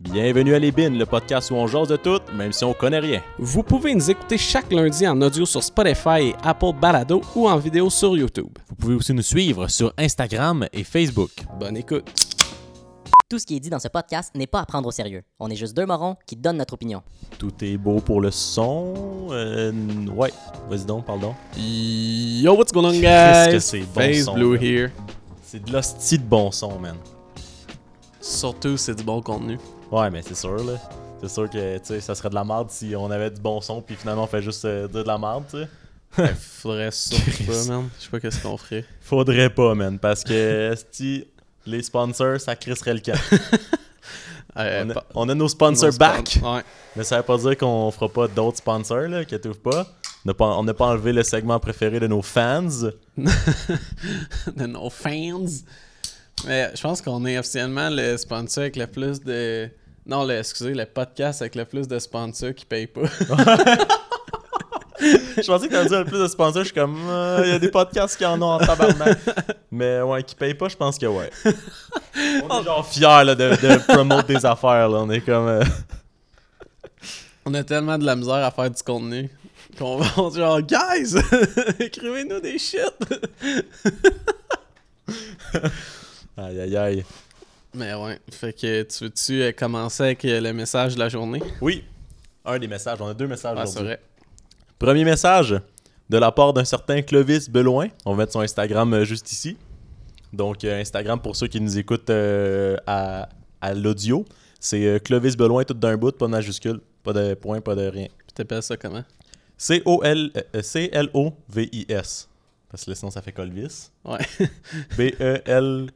Bienvenue à Les Bines, le podcast où on jase de tout, même si on connaît rien. Vous pouvez nous écouter chaque lundi en audio sur Spotify et Apple Balado ou en vidéo sur YouTube. Vous pouvez aussi nous suivre sur Instagram et Facebook. Bonne écoute. Tout ce qui est dit dans ce podcast n'est pas à prendre au sérieux. On est juste deux morons qui donnent notre opinion. Tout est beau pour le son. Euh, ouais, vas-y donc, parle donc. Yo, what's going on, Qu'est-ce que guys? c'est bon Face son, Blue là. here. C'est de l'hostie de bon son, man. Surtout, c'est du bon contenu. Ouais, mais c'est sûr, là. C'est sûr que, tu sais, ça serait de la merde si on avait du bon son, puis finalement on fait juste euh, dire de la merde, tu sais. Faudrait surtout pas, man. Je sais pas qu'est-ce qu'on ferait. Faudrait pas, man, parce que, esti, les sponsors, ça crisserait le camp. Euh, On a, pas- on a nos sponsors non, c'est pas- back! Ouais. Mais ça veut pas dire qu'on fera pas d'autres sponsors, là, qui pas. On n'a pas, on n'a pas enlevé le segment préféré de nos fans. de nos fans. Mais je pense qu'on est officiellement le sponsor avec le plus de. Non, le, excusez, le podcast avec le plus de sponsors qui payent pas. Je pensais que t'as dit le plus de sponsors, je suis comme, euh, il y a des podcasts qui en ont en tabarnak. Mais ouais, qui payent pas, je pense que ouais. On est genre fiers, là, de, de promote des affaires, là. On est comme, euh, On a tellement de la misère à faire du contenu qu'on va on dit genre, guys, écrivez-nous des shit. aïe aïe aïe. Mais ouais, fait que tu veux-tu euh, commencer avec euh, le message de la journée? Oui, un des messages, on a deux messages Ah, c'est aujourd'hui. vrai. Premier message de la part d'un certain Clovis Beloin. On va mettre son Instagram euh, juste ici. Donc, euh, Instagram, pour ceux qui nous écoutent euh, à, à l'audio, c'est euh, Clovis Beloin, tout d'un bout, pas de majuscule, pas de point, pas de rien. Puis t'appelles ça comment? C-O-L- euh, euh, C-L-O-V-I-S. Parce que là, sinon, ça fait E Colvis. Ouais. B-E-L-O-I-N.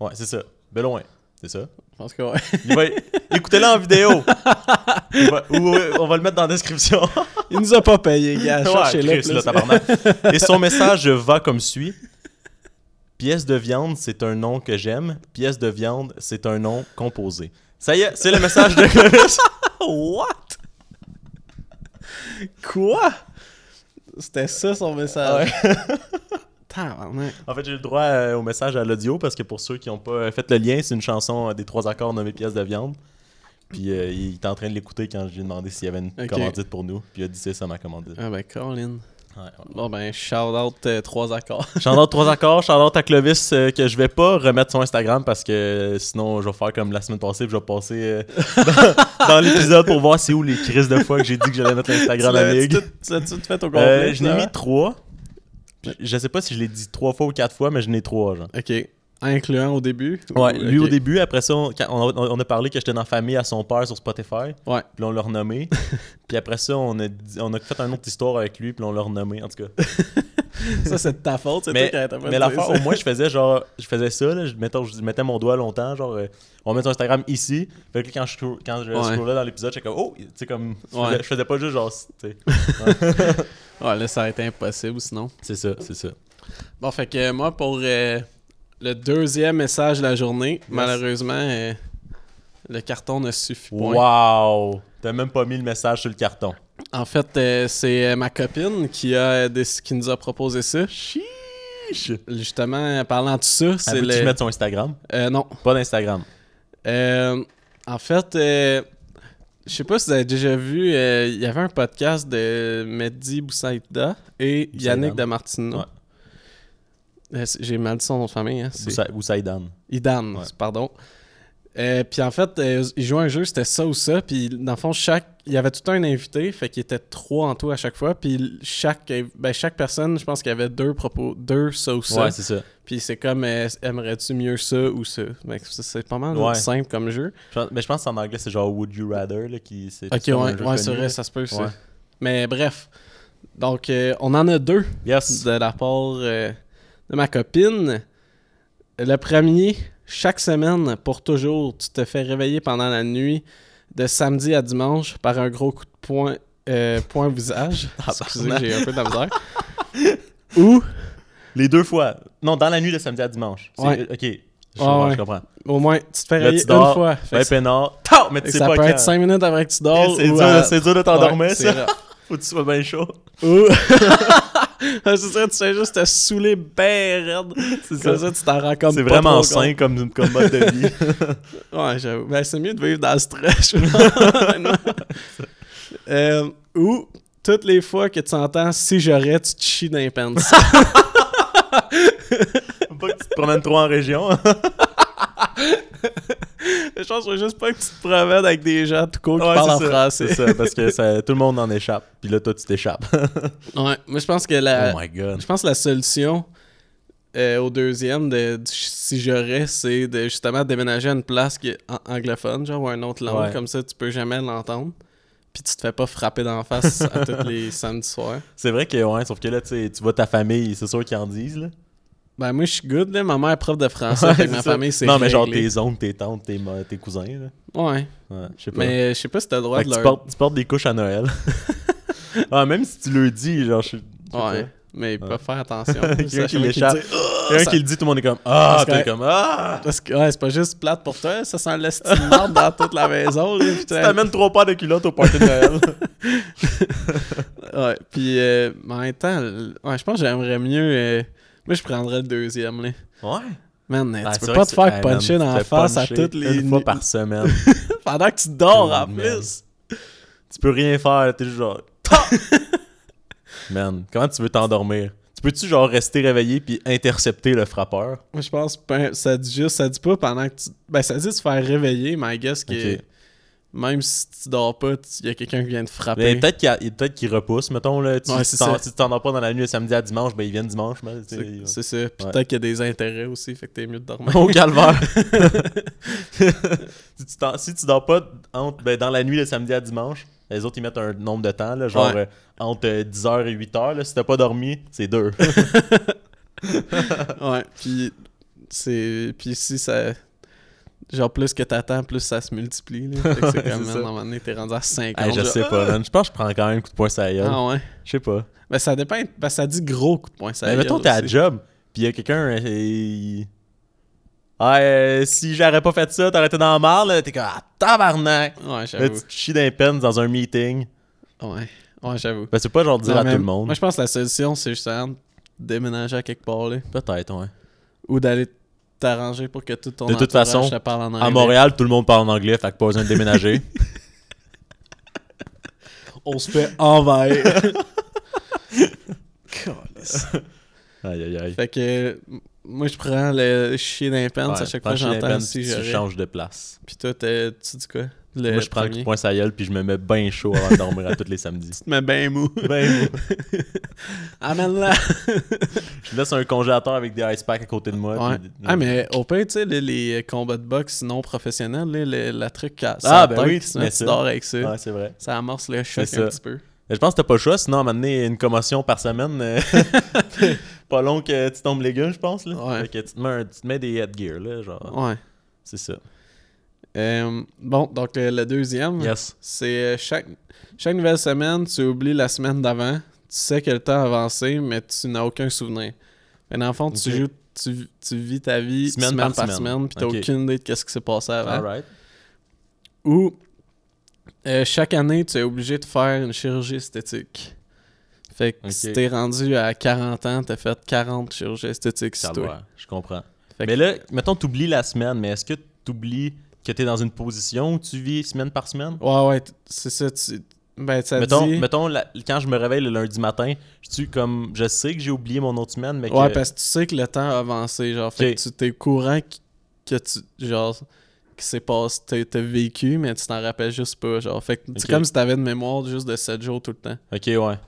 Ouais, c'est ça. Beloin. C'est ça. Je pense que ouais. Il va- Écoutez-le en vidéo. Il va- ou- ou- on va le mettre dans la description. Il nous a pas payé, gars. Ouais, Cherchez-le. Chris, plus. là, tabarnak. Et son message va comme suit. Pièce de viande, c'est un nom que j'aime. Pièce de viande, c'est un nom composé. Ça y est, c'est le message de Clovis. What? Quoi? C'était ça son message. Tabarnak. En fait, j'ai le droit euh, au message à l'audio parce que pour ceux qui n'ont pas euh, fait le lien, c'est une chanson euh, des trois accords nommée Pièce de viande. Puis euh, il était en train de l'écouter quand j'ai demandé s'il y avait une Ok. commandite pour nous. Puis il a dit c'est ça ma commandite. Ah ben Colin. Ouais, ouais. Bon ben shout out euh, trois accords. Shout-out trois accords, shout-out à Clovis euh, que je vais pas remettre son Instagram parce que euh, sinon je vais faire comme la semaine passée, puis je vais passer euh, dans, dans l'épisode pour voir c'est où les crises de fois que j'ai dit que j'allais mettre l'Instagram à la l'avais-tu ligue. tout- tu l'as-tu tout fait au complet. Euh, je n'ai finalement? mis trois. Puis Je sais pas si je l'ai dit trois fois ou quatre fois, mais je n'ai trois, genre. Ok. Incluant au début. Ouais, Ou- lui ok. au début, après ça, on, quand on a, on a parlé que j'étais dans la famille à son père sur Spotify, Ouais. puis on l'a renommé. puis après ça, on a, dit- on a fait une autre histoire avec lui, puis on l'a renommé, en tout cas. Ça c'est de ta faute. C'est mais, toi qui mais l'affaire, au moins, je faisais genre, je faisais ça, là, je, mettons, je mettais mon doigt longtemps, genre, euh, on met ton Instagram ici. Fait que quand je, scroll- quand je Ouais. scrollais dans l'épisode, j'étais comme, oh, tu sais, comme, je, Ouais. faisais, je faisais pas juste genre, tu sais. Ouais là ça a été impossible sinon. C'est ça, c'est ça. Bon, fait que moi, pour euh, le deuxième message de la journée, malheureusement, euh, le carton ne suffit pas. Wow! T'as même pas mis le message sur le carton. En fait, euh, c'est euh, ma copine qui, a des, qui nous a proposé ça. Chiche! Justement, en parlant de ça, Ah, c'est veux-tu le... mettre son Instagram? Euh, non. Pas d'Instagram. Euh, en fait, euh, je sais pas si vous avez déjà vu, euh, il y avait un podcast de Mehdi Boussaïda et Yannick Boussaïdan. Damartino. Ouais. Euh, c'est- J'ai mal dit son nom de famille. Hein, c'est- Ou Saïdan. Idan, Ouais. pardon. Euh, puis en fait, euh, ils jouaient un jeu, c'était ça ou ça. Puis dans le fond, chaque, il y avait tout un invité, fait qu'il était trois en tout à chaque fois. Puis chaque, ben, chaque personne, je pense qu'il y avait deux propos, deux ça ou ça. Ouais, c'est ça. puis c'est comme, euh, aimerais-tu mieux ça ou ça? Ben, c'est c'est pas mal Ouais. simple comme jeu. Je pense- mais je pense qu'en anglais, c'est genre Would You Rather, là, qui c'est Ok, c'est ouais, comme un jeu ouais, connu, c'est vrai, là. ça se peut. ça. Ouais. Mais bref, donc euh, on en a deux Yes. de la part euh, de ma copine. Le premier, chaque semaine, pour toujours, tu te fais réveiller pendant la nuit de samedi à dimanche par un gros coup de poing, euh, poing au visage. Excusez, j'ai un peu de la misère. Ou, Les deux fois. Non, dans la nuit de samedi à dimanche. C'est- Ouais. Ok. Je Ah, comprends. ouais. Je comprends. au moins, tu te fais Là, réveiller tu dors, une fois. Fait Ouais, que peinard. Tau! Mais ça- tu sais ça pas peut quand. Eh, être 5 minutes après que tu dors. C'est ou dur, à- c'est dur de Ouais, t'endormir, c'est ça. rough. Euh. Faut que tu sois bien chaud. Ou- c'est ça, tu fais juste te saouler ben raide. C'est ça. Comme ça, tu t'en rends comme C'est pas vraiment trop sain comme, comme mode de vie. compte. Ouais, j'avoue. Ben, c'est mieux de vivre dans le stress, je pense. Non. Euh, ou, toutes les fois que tu entends « si j'aurais », tu te chies dans les pants. Faut pas que tu te promènes trop en région. je pense que juste pas que tu te promènes avec des gens tout court qui Ouais, parlent en c'est ça. C'est français. ça, parce que ça- tout le monde en échappe. Puis là, toi, tu t'échappes. Ouais, moi, je pense que la... oh my god. Je pense que la solution euh, au deuxième, de, du- si j'aurais, c'est de justement déménager à une place qui est an- anglophone, genre, ou un autre langue, Ouais. comme ça tu peux jamais l'entendre. Puis tu te fais pas frapper d'en face à tous les samedis soirs. C'est vrai que, ouais, sauf que là, tu sais, tu vois ta famille, c'est sûr qu'ils en disent, là. Ben moi je suis good, là. ma mère est prof de français, fait que ma C'est ça. famille c'est Non, mais genre réglé. tes oncles, tes tantes, tes, mo- tes cousins, là. Ouais, Ouais, je sais pas. mais euh, je sais pas si t'as le droit Fait de que leur... tu, portes, tu portes des couches à Noël. ah, même si tu le dis, genre, je suis. je sais Ouais, pas. mais ils Ouais. peuvent faire attention. Quelqu'un qui Sachez-moi qu'ils l'échappe. disent, Quelqu'un ça- qui le dit, tout le monde est comme Ah, Parce que- t'es comme Ah! Parce que ouais, c'est pas juste plate pour toi, ça sent l'estime marde dans toute la maison. là, puis Tu t'amènes trois paires de culottes au party de Noël. Ouais, puis euh, mais en même temps, l- ouais, je pense que j'aimerais mieux. euh, moi, je prendrais le deuxième, là. ouais. Man, euh, Ah, c'est tu peux vrai pas que te tu- faire Hey, man, puncher tu dans te la fais face à puncher toutes les. Une fois par semaine. Pendant que tu dors, en Man. plus. tu peux rien faire, t'es juste genre. Ta! man, comment tu veux t'endormir? Tu peux-tu genre rester réveillé puis intercepter le frappeur? Moi, je pense pas- ça dit juste, ça dit pas pendant que tu. Ben, ça dit de se faire réveiller, mais I guess que. Ok. Même si tu dors pas, il y a quelqu'un qui vient te frapper. Ben, Peut-être qu'il y a- peut-être qu'il repousse, mettons. Là, tu Ouais, si c'est tu t'en- ça. si tu t'endors pas dans la nuit de samedi à dimanche, ben ils viennent dimanche. Ben, tu sais, C'est ouais. c'est ça. Puis Ouais. peut-être qu'il y a des intérêts aussi, fait que t'es mieux de dormir. Au calvaire. si, tu t'en- si tu dors pas entre, ben, dans la nuit de samedi à dimanche, les autres ils mettent un nombre de temps, là, genre Ouais. euh, entre 10h et 8h. Là, si t'as pas dormi, c'est deux. Ouais, puis c'est puis si ça genre plus que t'attends, plus ça se multiplie là. Fait que c'est Ouais, c'est comme man, ça. à un moment donné, t'es rendu à 50. Hey, je genre, sais pas, man. Je pense que je prends quand même coup de poing sur la gueule. Ah ouais. Je sais pas. Ben ça dépend, ben ça dit gros coup de poing ça. Mais Ben, mettons, t'es à job, puis il y a quelqu'un. euh, il- Ah, euh, si j'aurais pas fait ça, t'aurais été dans la marre, là. T'es comme, ah, tabarnak! Ouais, Là, j'avoue. tu te chies d'un peine dans un meeting. Ouais. Ouais, j'avoue. Ben, c'est pas genre dire Non, à mais tout le monde. Moi je pense que la solution c'est juste de déménager à quelque part là Peut-être, ouais. ou d'aller t'arranger pour que tout ton De toute entourage façon, te parle en anglais. À Montréal, tout le monde parle en anglais, fait que pas besoin de déménager. on se fait envahir. Calisse. aïe, aïe, aïe. fait que m- moi je prends le chier d'impens à Ouais, chaque prends fois que chez j'entends Impen, si puis j'aurais. Tu changes de place. Puis toi, t'es- tu dis quoi? Le Moi, je prends le coup de premier. poing sur la gueule, puis je me mets bien chaud avant de dormir à tous les samedis. Tu te mets ben mou. Ben, Amène-la. je laisse un congélateur avec des ice packs à côté de moi. Ouais. puis- Ah, mais au pire, tu sais, les, les combats de boxe non professionnels, là, le- la truc à Ah, sur la ben tête oui, qui tu se mets met, tu ça. dors avec ça. Ouais, c'est vrai. Ça amorce le choc un C'est ça. petit peu. Mais je pense que t'as pas le choix, sinon, à m'amener une commotion par semaine, euh, pas long que tu tombes les gueules, je pense. Là. Ouais. Fait que tu te, mets un- tu te mets des headgear, là, genre. Ouais. C'est ça. Euh, bon, donc le, le deuxième, Yes. c'est euh, chaque, chaque nouvelle semaine, tu oublies la semaine d'avant. Tu sais que le temps a avancé, mais tu n'as aucun souvenir. Mais dans le fond, tu Ok. joues, tu, tu vis ta vie semaine, Semaine par, par semaine, semaine. puis t'as Ok. aucune idée de qu'est-ce qui s'est passé avant. Alright. Ou euh, chaque année, tu es obligé de faire une chirurgie esthétique. Fait que Ok. si t'es rendu à 40 ans, t'as fait 40 chirurgies esthétiques Ça sur toi. va, je comprends. Fait que- mais là, mettons, t'oublies la semaine, mais est-ce que t'oublies que t'es dans une position où tu vis semaine par semaine? Ouais, ouais, t- c'est ça. Tu... Ben, ça Mettons, dit... mettons la- quand je me réveille le lundi matin, je suis comme, je sais que j'ai oublié mon autre semaine, mais que... Ouais, parce que tu sais que le temps a avancé. Genre, fait Ok. que tu t'es au courant qu- que tu. Genre, que c'est passé. T'as t'as vécu, mais tu t'en rappelles juste pas. Genre, fait que c'est Ok. comme si t'avais une mémoire juste de 7 jours tout le temps. Ok, ouais.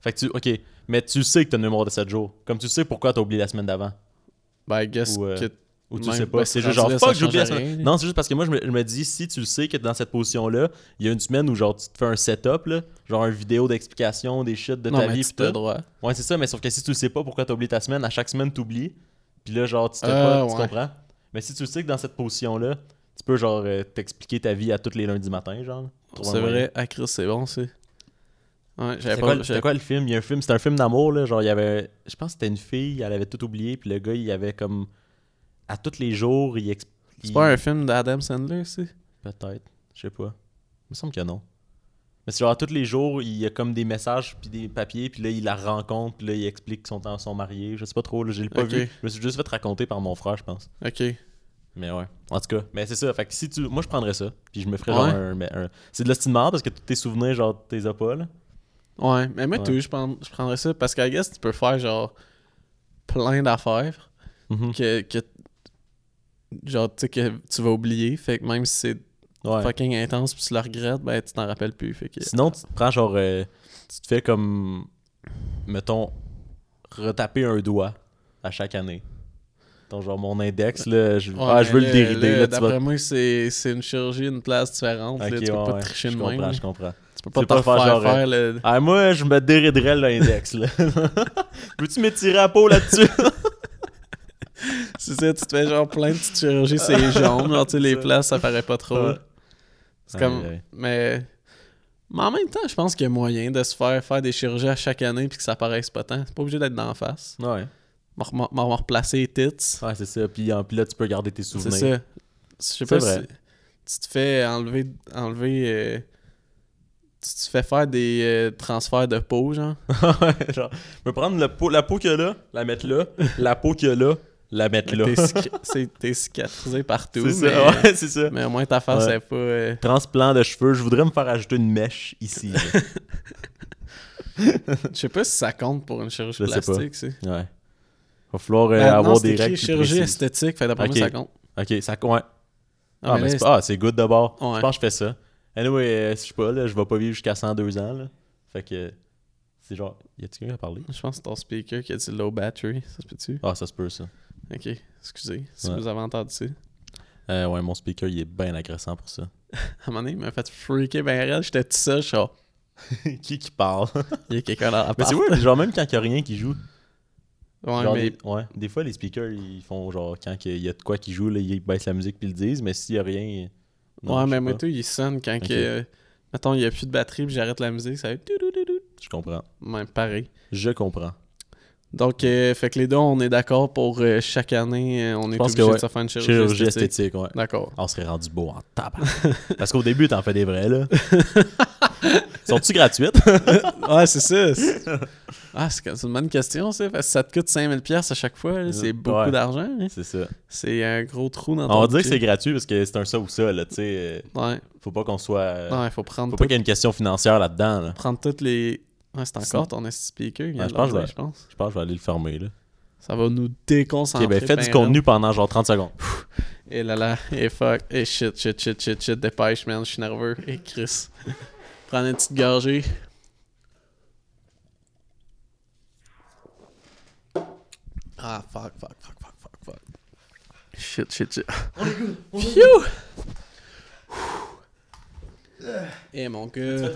Fait que tu... Ok, mais tu sais que t'as une mémoire de 7 jours. Comme tu sais pourquoi t'as oublié la semaine d'avant. Ben, I guess Ou, euh, que. Ou tu Même sais pas pas. C'est se juste genre, rendre là, ça fuck, j'ai oublié la change rien. semaine. Non, c'est juste parce que moi, je me, je me dis, si tu le sais que t'es dans cette position-là, il y a une semaine où genre tu te fais un setup, là, genre une vidéo d'explication des shit de non, ta mais vie. tu pis t'as le tout. droit. Ouais, c'est ça, mais sauf que si tu le sais pas pourquoi t'as oublié ta semaine, à chaque semaine, t'oublies. Puis là, genre, tu te Ah, pas, tu ouais. comprends? Mais si tu le sais que dans cette position-là, tu peux genre euh, t'expliquer ta vie à tous les lundis matins, genre. Trouver C'est un moyen. vrai, ah Chris, c'est bon, c'est. Ouais, j'avais C'est pas. quoi, j'avais- c'était quoi le film? Il y a un film, c'était un film d'amour, là. Genre, il y avait. Je pense que c'était une fille, elle avait tout oublié, puis le gars, il avait comme. À tous les jours, il explique. C'est pas un film d'Adam Sandler, c'est Peut-être. Je sais pas. Il me semble que non. Mais c'est genre tous les jours, il y a comme des messages puis des papiers, puis là, il la rencontre, puis là, il explique qu'ils sont, en- sont mariés. Je sais pas trop, là, je l'ai pas Ok. vu. Je me suis juste fait raconter par mon frère, je pense. Ok. Mais ouais. En tout cas, mais c'est ça. Fait que si tu. Moi, je prendrais ça, puis je me ferais Ouais. genre un. mais un- C'est de l'estime parce que tous tes souvenirs, genre, t'es as pas, là. Ouais, mais moi, Ouais. tout, je, prends- je prendrais ça parce qu'à guess, tu peux faire genre plein d'affaires Mhm. que, que genre, tu sais, que tu vas oublier. Fait que même si c'est Ouais. fucking intense puis tu le regrettes, ben tu t'en rappelles plus. Fait que. Sinon, tu te prends genre. euh, tu te fais comme. Mettons. Retaper un doigt à chaque année. Donc, genre, mon index, là, je, Ouais, ah, je veux mais le dérider. là, Là, tu vas. D'après moi, c'est c'est une chirurgie, une place différente. là, Ok, tu peux ouais, pas ouais, te tricher je de comprends, même. là. je comprends. Tu peux pas peux t'en pas faire genre, refaire faire le. Ah, moi, je me dériderais l'index, là. Peux-tu m'étirer à peau là-dessus? C'est ça, tu te fais genre plein de petites chirurgies, c'est les jambes. Genre, tu sais, les places, ça paraît pas trop. Ouais. C'est comme. Ouais, ouais. Mais. Mais en même temps, je pense qu'il y a moyen de se faire faire des chirurgies à chaque année puis que ça paraisse pas tant. C'est pas obligé d'être d'en face. Ouais, M'en rem- m'en replacer les tits. ouais c'est ça. Puis, en, puis là, tu peux garder tes souvenirs. C'est ça. Ah, Je sais C'est pas vrai. si tu te fais enlever. enlever euh, tu te fais faire des euh, transferts de peau, genre. Ouais, genre, je vais prendre le peau- la peau qu'il y a là, la mettre là, la peau qu'il y a là, la mettre là. T'es cic- c'est- T'es cicatrisé partout. C'est mais, ça, ouais, c'est ça. mais au moins ta face, Ouais. elle est pas. euh, Transplant de cheveux, je voudrais me faire ajouter une mèche ici. là. Je sais pas si ça compte pour une chirurgie Je sais pas. plastique, c'est. Ouais. Va falloir euh, Ah, non, avoir des c'est écrit règles plus chirurgie précises. esthétique, fait d'après Ok. moi, ça compte. Ok, ça ouais. Ah, Ah, mais mais là, c'est pas- ah, c'est good d'abord. Ouais. Je pense que je fais ça. Anyway, euh, si je sais pas, là, je vais pas vivre jusqu'à 102 ans. Là. Fait que c'est genre, y a-t-il quelqu'un à parler? Je pense que c'est ton speaker qui a dit low battery. Ça se peut-tu? Ah, ça se peut, ça. Ok, excusez si Ouais. vous avez entendu ça. Euh, ouais, mon speaker, il est bien agressant pour ça. À un moment donné, il m'a fait freaker ben raide. J'étais tout seul, je suis genre, qui qui parle? il y a quelqu'un dans la mais c'est weird, genre même quand il y a rien qui joue. Ouais, genre, mais des, ouais, des fois, les speakers, ils font genre, quand il y a de quoi qui joue, là, ils baissent la musique puis ils le disent, mais s'il y a rien... non, ouais, je mais sais moi, pas. tout, il sonne quand Ok. que. euh, Mettons, il n'y a plus de batterie puis j'arrête la musique, ça va être. tout, tout, tout, tout. Je comprends. Même pareil. Je comprends. Donc, euh, fait que les deux, on est d'accord pour euh, chaque année, euh, on est pense obligé que de ouais. se faire une chirurgie, Chirurgie esthétique. esthétique, ouais. D'accord. Ah, On serait rendu beau en tabac. Parce qu'au début, t'en fais des vrais, là. Sont-tu gratuites? ouais, c'est ça. c'est- Ah, c'est c'est une bonne question, ça. Parce que ça te coûte 5000$ à chaque fois, là, c'est Ouais. beaucoup d'argent. hein. c'est ça. C'est un gros trou dans ton On va dire que c'est budget. gratuit parce que c'est un ça ou ça, là, tu sais. euh, Ouais, Faut pas qu'on soit... euh, non, il faut prendre Faut pas qu'il y ait une question financière là-dedans, là. prendre toutes les. Ouais, c'est C'est- encore ton esti speaker. il vient Ouais, de je pense l'enlever, que je je pense. Je pense que je vais aller le fermer, là. Ça va nous déconcentrer. Ok, ben faites du ben contenu pendant genre 30 secondes. raide. Et Eh là là, et fuck, et shit, shit, shit, shit, shit, dépêche, man, je suis nerveux. Et Chris, prends une petite gorgée. Ah, fuck, fuck, fuck, fuck, fuck, fuck. Shit, shit, shit. Phew! Eh mon gars.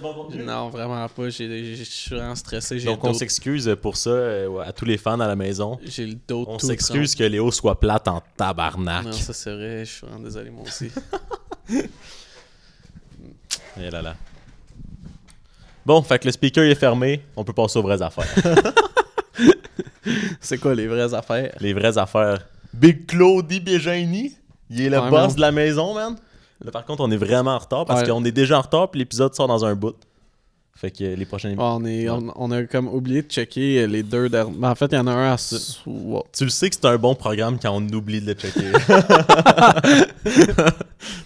Non, vraiment pas. J'ai- j'ai- Je suis vraiment stressé. J'ai le Donc on dos s'excuse pour ça euh, à tous les fans à la maison. J'ai le dos On tout s'excuse que Léo soit plate en tabarnak. tremble. Non, ça c'est vrai, je suis vraiment désolé moi aussi. Eh là là. Bon, fait que le speaker il est fermé, on peut passer aux vraies affaires. c'est quoi les vraies affaires? les vraies affaires. Big Claudie Bégini, il est le Ouais, boss man. de la maison, man. Là, par contre, on est vraiment en retard parce Ouais. qu'on est déjà en retard puis l'épisode sort dans un bout. Fait que euh, les prochaines Ouais, on, est, on, on a comme oublié de checker les deux derniers. Ben, en fait, il y en a un à so- wow. Tu le sais que c'est un bon programme quand on oublie de le checker.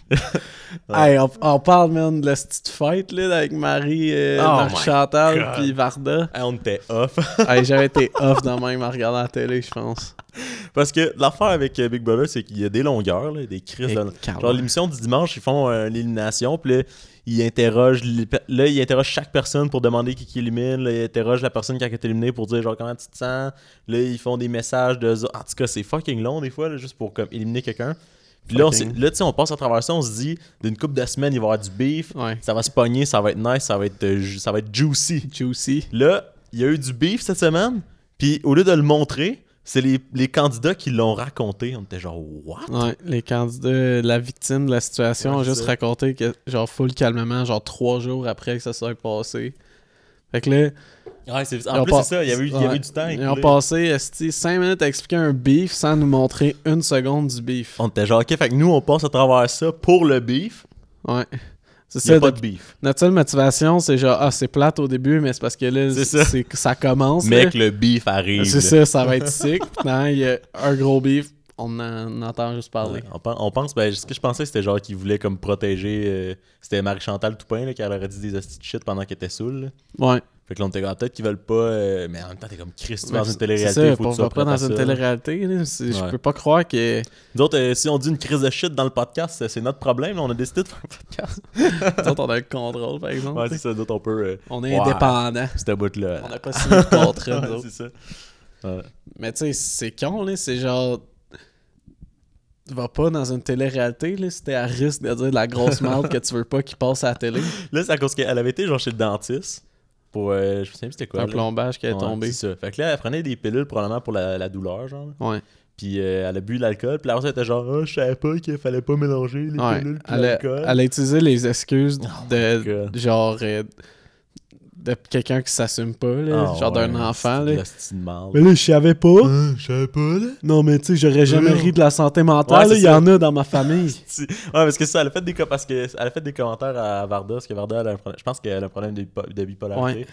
Hey, on, on parle même de la petite fête là, avec Marie, euh, Oh Marc my Chantal God. puis Varda. Hey, on était off. Hey, J'avais été off de même en regardant la télé, je pense. Parce que l'affaire avec euh, Big Brother, c'est qu'il y a des longueurs, là, des crises. Et de- calme. Genre, l'émission du dimanche, ils font euh, l'élimination, puis là, ils interrogent, les pe- là, ils interrogent chaque personne pour demander qui, qui élimine. Là, ils interrogent la personne qui a été éliminée pour dire, genre, comment tu te sens. Là, ils font des messages de. En tout cas, c'est fucking long, des fois, là, juste pour comme, éliminer quelqu'un. Puis là, on Fucking. s'est- là, tu sais, on passe à travers ça, on se dit, d'une couple de semaines, il va y avoir du beef, Ouais. ça va se pogner, ça va être nice, ça va être, euh, ju- ça va être juicy. Juicy. Là, il y a eu du beef cette semaine, puis au lieu de le montrer, c'est les, les candidats qui l'ont raconté. On était genre, what? Ouais, les candidats, la victime de la situation Ouais, ont c'est juste ça. raconté que, genre, full calmement, genre trois jours après que ça soit passé. Fait que là, Ouais, c'est, Ils en ont plus, pas- c'est ça, il y avait eu, il y avait eu du temps. Ouais. Ils écoulé. ont passé 5 minutes à expliquer un beef sans nous montrer une seconde du beef. On était genre, ok, fait que nous, on passe à travers ça pour le beef. Ouais. C'est Il n'y ça. a pas notre- de beef. Notre seule motivation, c'est genre, ah, c'est plate au début, mais c'est parce que là, C'est c'est- ça. c'est que ça commence. là. Mec, le beef arrive. C'est ça, ça va être sick. Non, il y a un gros beef, on en entend juste parler. Ouais, on, pen- on pense, ben, ce que je pensais, c'était genre qu'il voulait comme protéger. euh, c'était Marie-Chantal Toupin là, qui elle aurait dit des hosties de shit pendant qu'elle était saoule. là. Ouais. Fait que là, on était comme, ah, peut-être qu'ils veulent pas. euh, mais en même temps, t'es comme Chris, tu vas dans Ben, C'est une ça, télé-réalité. faut que on tu sois va pas prête à dans une ça. télé-réalité. là. C'est- Je Ouais. peux pas croire que. Nous autres, euh, si on dit une crise de shit dans le podcast, c'est- c'est notre problème. là, On a décidé de faire un podcast. Nous autres, on a le contrôle, par exemple. Ouais, c'est ça. Nous autres, on peut. euh, On est Ouais. indépendant. cette bout-là. On n'a pas signé de contrat, nous Ouais, autres. c'est ça. Ouais. Mais tu sais, c'est con, là. C'est genre. Tu vas pas dans une télé-réalité, là. C'était à risque de dire de la grosse merde que tu veux pas qu'il passe à la télé. Là, c'est à cause qu'elle avait été genre chez le dentiste. Pour, euh, je me souviens plus c'était quoi. un là. plombage qui est Ouais, tombé. c'est ça. Fait que là, elle prenait des pilules probablement pour la, la douleur, genre. Ouais. Puis euh, elle a bu de l'alcool. Puis la elle était genre, Ah, je savais pas qu'il fallait pas mélanger les Ouais. pilules puis Elle, a, l'alcool. Oh elle a utilisé les excuses de God. genre euh, de quelqu'un qui s'assume pas, là, Ah genre d'un ouais, enfant. c'est de Là. la stie de marde. là, je savais pas. Ah, Je savais pas, là. Non, mais tu sais, j'aurais jamais Ouais. ri de la santé Ouais, mentale. là, c'est Il y ça. en a dans ma famille. Si- Ouais, parce que ça, elle a fait des, co- parce que elle a fait des commentaires à Varda, parce que Varda, elle a un problème- je pense qu'elle a un problème de, bipo- de bipolarité. Ouais.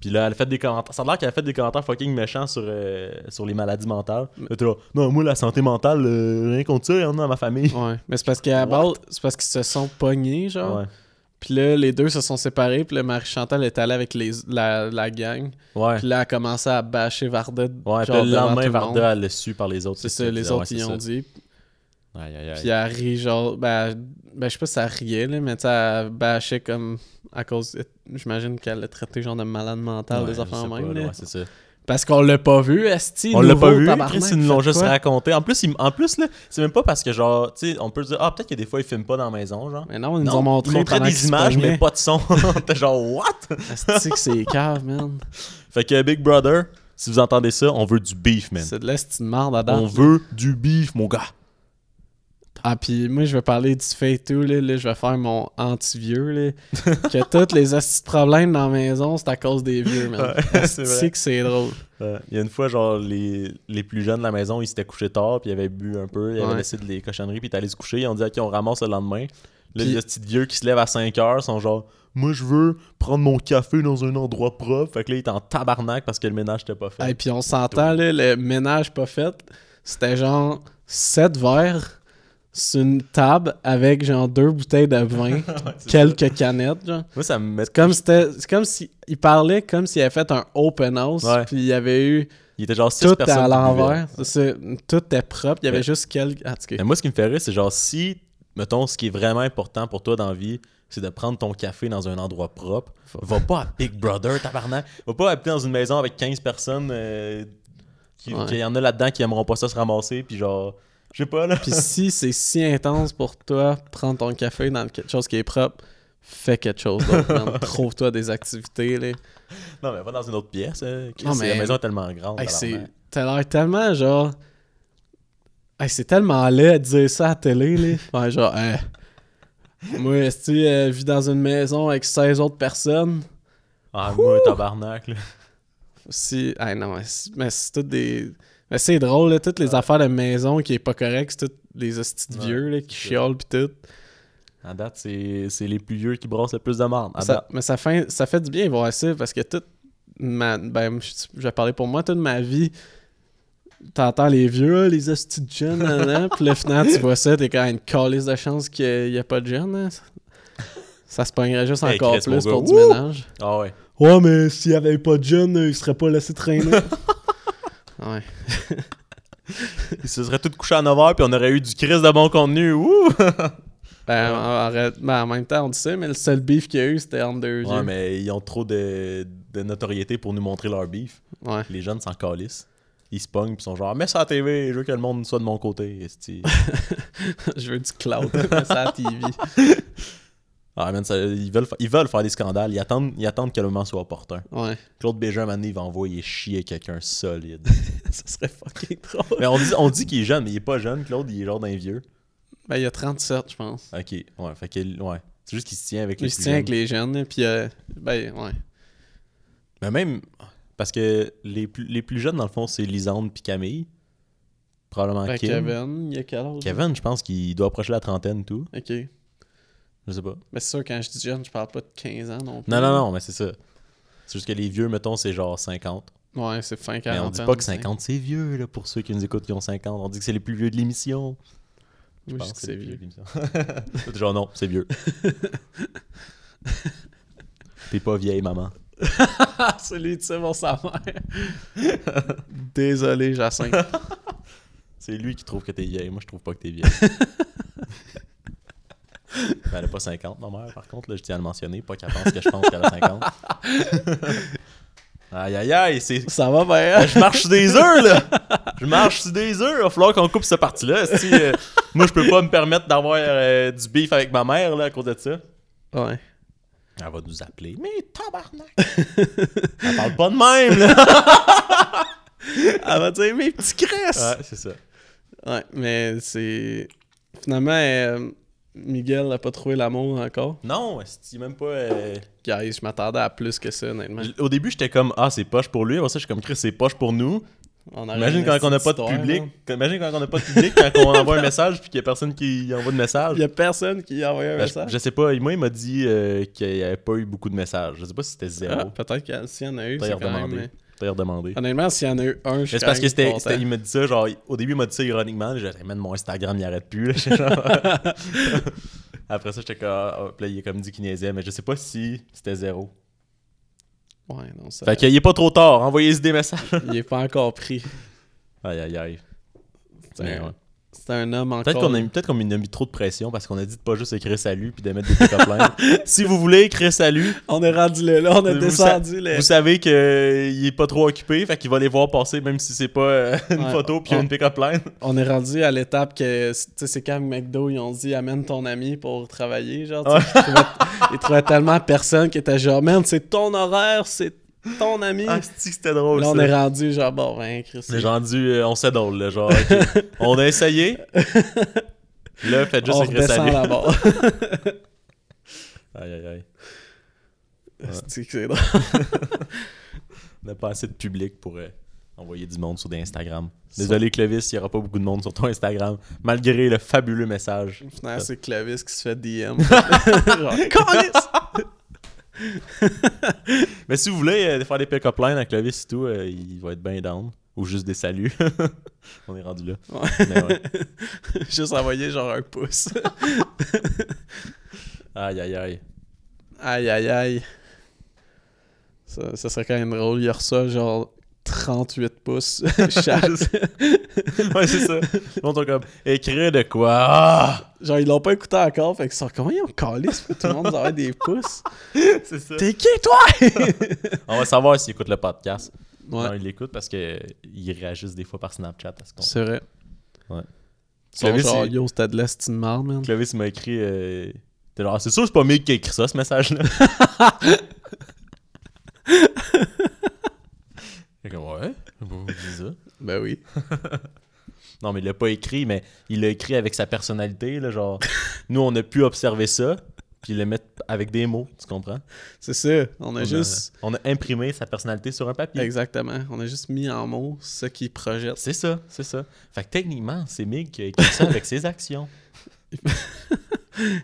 Puis là, elle a fait des commentaires. Ça a l'air qu'elle a fait des commentaires fucking méchants sur, euh, sur les maladies mentales. Mm. Là, t'es là, non, moi, la santé mentale, euh, rien contre ça, il y en a dans ma famille. ouais. Mais c'est parce qu'à la base, c'est parce qu'ils se sont pognés, genre. Ouais. Puis là, les deux se sont séparés. Puis là, Marie-Chantal est allée avec les, la, la gang. Ouais. Puis là, elle a commencé à bâcher Varda. Ouais, puis genre, le devant tout lendemain, le monde. Varda, elle l'a su par les autres. C'est ce ça, qu'elle les disait. autres Ouais, y c'est ont ça. dit. Aïe, aïe, aïe. Puis elle rit genre, ben, ben je sais pas si elle riait, là, mais tu sais, elle bâchait comme à cause, j'imagine qu'elle l'a traité genre de malade mental, Ouais, des je affaires sais même. pas, là. ouais, c'est ça. Parce qu'on l'a pas vu, Esti. On l'a nouveau pas vu, tabarnak, Chris, ils nous faites l'ont juste quoi? raconté. En plus, il- en plus là, c'est même pas parce que genre, tu sais, on peut dire, ah, peut-être que des fois, ils filment pas dans la maison, genre. Mais non, ils nous Non, ont montré ils montraient pendant qu'ils des se images, mais pognaient. pas de son. T'es genre, what? Esti que c'est cave, man. Fait que Big Brother, si vous entendez ça, on veut du beef, man. C'est de l'Esti de merde à date. Ben. On veut du beef, mon gars. Ah, puis moi, je vais parler du fait et tout, là, là, je vais faire mon anti-vieux, là. que tous les Esti de problèmes dans la maison, c'est à cause des vieux, man. Ouais, c'est vrai. Esti que c'est drôle. Euh, Il y a une fois, genre, les, les plus jeunes de la maison, ils s'étaient couchés tard, puis ils avaient bu un peu, ils avaient Ouais. laissé des cochonneries, puis ils étaient allés se coucher. Ils ont dit, OK, on ramasse le lendemain. Là, Puis- les petits vieux qui se lèvent à 5 heures sont genre, Moi, je veux prendre mon café dans un endroit propre. Fait que là, ils étaient en tabarnak parce que le ménage n'était pas fait. Et puis on s'entend, là, le ménage pas fait, c'était genre 7 verres sur une table avec genre deux bouteilles de vin, quelques canettes, genre. Moi, ça me met. Comme c'était, c'est comme si il parlait comme s'il avait fait un open house, Ouais. puis il y avait eu Il était genre 6 tout personnes. à qui l'envers, C'est- tout était propre, il y avait Ouais. juste quelques. Ah, en tout cas. Mais moi, ce qui me fait rire, c'est genre si, mettons, ce qui est vraiment important pour toi dans la vie, c'est de prendre ton café dans un endroit propre, va pas à Big Brother, tabarnak. Va pas habiter dans une maison avec 15 personnes euh, qui, Ouais. qu'il y en a là-dedans qui aimeront pas ça se ramasser, puis genre, je sais pas, là. Puis si c'est si intense pour toi, prendre ton café dans quelque chose qui est propre, fais quelque chose d'autre, man. trouve-toi des activités, là. Non, mais va dans une autre pièce. euh, Chris, Non, mais- La maison est tellement grande. Hey, c'est. Oh, tabarnak. T'as l'air tellement genre. Hey, c'est tellement laid de dire ça à la télé, là. Ouais, genre, Hein, Moi, est-ce que euh, vis dans une maison avec 16 autres personnes? Ah, moi, tabarnak, là. Si. Hey, non, mais c'est- mais c'est toutes des. Mais c'est drôle, là, toutes les affaires de maison qui est pas correct, c'est toutes les hosties de Ah. Ouais, vieux, là, qui c'est ça. chiolent pis tout. À date, c'est, c'est les plus vieux qui brassent le plus de marde. À ça, date. mais ça fait, ça fait du bien voir ça parce que toute ma. Ben, je, je vais parler pour moi, toute ma vie, t'entends les vieux, Ah, les hosties de jeunes, nan, nan. puis là, finalement, tu vois ça, t'es quand même une calisse de chance qu'il n'y a pas de jeunes. hein. Ça se pognerait juste Hey, encore Eh, Chris, mon plus gars. pour du Wouh! ménage. Ah ouais. Ouais, mais s'il n'y avait pas de jeunes, ils seraient pas laissés traîner. ouais. Ils se seraient tous couchés à 9h, puis on aurait eu du Chris de bon contenu. Ouh! Ben, en, en- ben, en même temps, on dit ça, mais le seul beef qu'il y a eu, c'était entre deux Ouais, yeux. mais ils ont trop de, de notoriété pour nous montrer leur beef. Ouais. Les jeunes s'en calissent. Ils se pognent pis sont genre, mets ça à la TV, je veux que le monde soit de mon côté. esti. Je veux du cloud, mais ça à la TV. ah, man, ça- ils, veulent, fa- ils veulent faire des scandales. Ils attendent, ils attendent que le moment soit opportun. Ouais. Claude Bégin, un moment donné, il va envoyer chier quelqu'un solide. ça serait fucking drôle. mais on dit, on dit qu'il est jeune, mais il est pas jeune, Claude. Il est genre d'un vieux. Ben, il y a 37, je pense. Ok, ouais. Fait qu'il- ouais. C'est juste qu'il se tient avec les Il se plus tient jeunes. avec les jeunes, là, puis euh, ben, ouais. Mais même, parce que les plus, les plus jeunes, dans le fond, c'est Lisande puis Camille. Probablement Ben, Kim. Kevin. Kevin, il y a quel âge? je pense qu'il doit approcher la trentaine, tout. Ok. Je sais pas. Mais c'est sûr, quand je dis jeune, je parle pas de 15 ans non plus. Non, non, non, mais c'est ça. C'est juste que les vieux, mettons, c'est genre 50. Ouais, c'est fin 40. Mais on dit pas que 50, c'est vieux, là, pour ceux qui nous écoutent qui ont 50. On dit que c'est les plus vieux de l'émission. Moi, je pense dis que que c'est vieux. les plus de l'émission. Genre, non, c'est vieux. T'es pas vieille, maman. Ah, celui de Simon sa mère. Désolé, Jacinthe. C'est lui qui trouve que t'es vieille. Moi, je trouve pas que t'es vieille. Ben, elle a pas 50, ma mère, par contre. Là, je tiens à le mentionner. Pas qu'elle pense que je pense qu'elle a 50. aïe, aïe, aïe. C'est... Ça va bien. Je marche sur des œufs, là! Je marche sur des œufs! Il va falloir qu'on coupe cette partie-là. Si, euh, moi, je peux pas me permettre d'avoir euh, du beef avec ma mère, là, à cause de ça. Ouais. Elle va nous appeler. Mais tabarnak! Elle parle pas de même, là! Elle va dire mes petits cresses. Ouais, c'est ça. Ouais, mais c'est. Finalement, euh, Miguel n'a pas trouvé l'amour encore. Non, c'est même pas... euh, Guys, je m'attendais à plus que ça, honnêtement. je- Au début, j'étais comme « Ah, c'est poche pour lui. » Après ça, je suis comme « Chris, c'est poche pour nous. » On aurait Imagine une quand on n'a petite pas de histoire, public. là. quand- Imagine quand on n'a pas de public, quand on envoie un message puis qu'il y a personne qui envoie de message. Il y a personne qui a envoyé un Ben, je, message. je sais pas. Moi, il m'a dit euh, qu'il n'y avait pas eu beaucoup de messages. Je sais pas si c'était zéro. Ah, peut-être qu'il y, a- s'il y en a eu, T'as y c'est quand même... redemandé. mais- T'as y redemandé. Honnêtement, s'il y en a eu un, je suis Mais c'est parce que quand même c'était, content. c'était- il m'a dit ça, genre, au début, il m'a dit ça ironiquement. J'ai dit, man, mon Instagram, il arrête plus. là. J'étais genre- Après ça, j'étais comme, ah, ah. Puis là, il a comme dit qu'il niaisait, mais je sais pas si c'était zéro. Ouais, non, ça... Fait qu'il est pas trop tard, envoyez-y des messages. Il est pas encore pris. Aïe, aïe, aïe. C'est Mais un- ouais. c'est un homme encore... Peut-être qu'on a, mis- peut-être qu'on a mis trop de pression parce qu'on a dit de pas juste écrire salut puis de mettre des pick-up lines. si vous voulez écrire salut, On est rendu là, là, on a Vous descendu les... vous savez qu'il est pas trop occupé, fait qu'il va les voir passer même si c'est pas euh, une Ouais, photo puis on- une pick-up line. On est rendu à l'étape que, tu sais, c'est quand McDo, ils ont dit « Amène ton ami pour travailler », genre, tu sais, ils trouvaient- ils trouvaient tellement personne qui était genre « Man, c'est ton horaire, c'est ton ami Ah, c'est-tu que c'était drôle. Là, on ça. est rendu genre « Bon, ben, Chris, C'est genre du, euh, on s'adole, là, genre, ok, on a essayé. Là, faites juste on écrire salut. redescend là-bas. Aïe, aïe, aïe. » C'est que c'est drôle. On n'a pas assez de public pour euh, envoyer du monde sur des Instagram. Désolé, Clovis, il n'y aura pas beaucoup de monde sur ton Instagram, malgré le fabuleux message. Finalement, c'est Clovis qui se fait DM. Genre, Câlisse! Mais si vous voulez euh, faire des pick-up lines avec Clovis et tout, euh, il va être bien down. Ou juste des saluts. on est rendu là. Ben Ouais. Mais ouais. Juste envoyer genre un pouce. Aïe, aïe, aïe. Aïe, aïe, aïe. Ça, ça serait quand même drôle. Il y a ça, genre 38 pouces chaque. Ouais, c'est ça. Donc, on comme, écrire de quoi Ah! genre, ils l'ont pas écouté encore. Fait qu'ils sont comme, ils ont calé, ça fait que tout le monde nous envoie des pouces. C'est ça. T'es qui, toi? On va savoir s'il écoute le podcast. Ouais, Non, il l'écoute parce qu'ils réagissent des fois par Snapchat. à ce qu'on- c'est vrai. Ouais. Ils sont Clovis, genre, il- yo, c'était de la c'est une marde, man. Clovis m'a écrit. euh, t'es genre, c'est sûr que c'est pas Mick qui a écrit ça, ce message-là. Fait que, ouais, vous dites ça. Ben oui. Non, mais il l'a pas écrit, mais il l'a écrit avec sa personnalité. Là, genre, nous, on a pu observer ça, puis le mettre avec des mots, tu comprends? C'est ça. On a On juste. a- on a imprimé sa personnalité sur un papier. Exactement. On a juste mis en mots ce qu'ils projettent. C'est ça, c'est ça. Fait que techniquement, c'est Mick qui a écrit ça avec ses actions.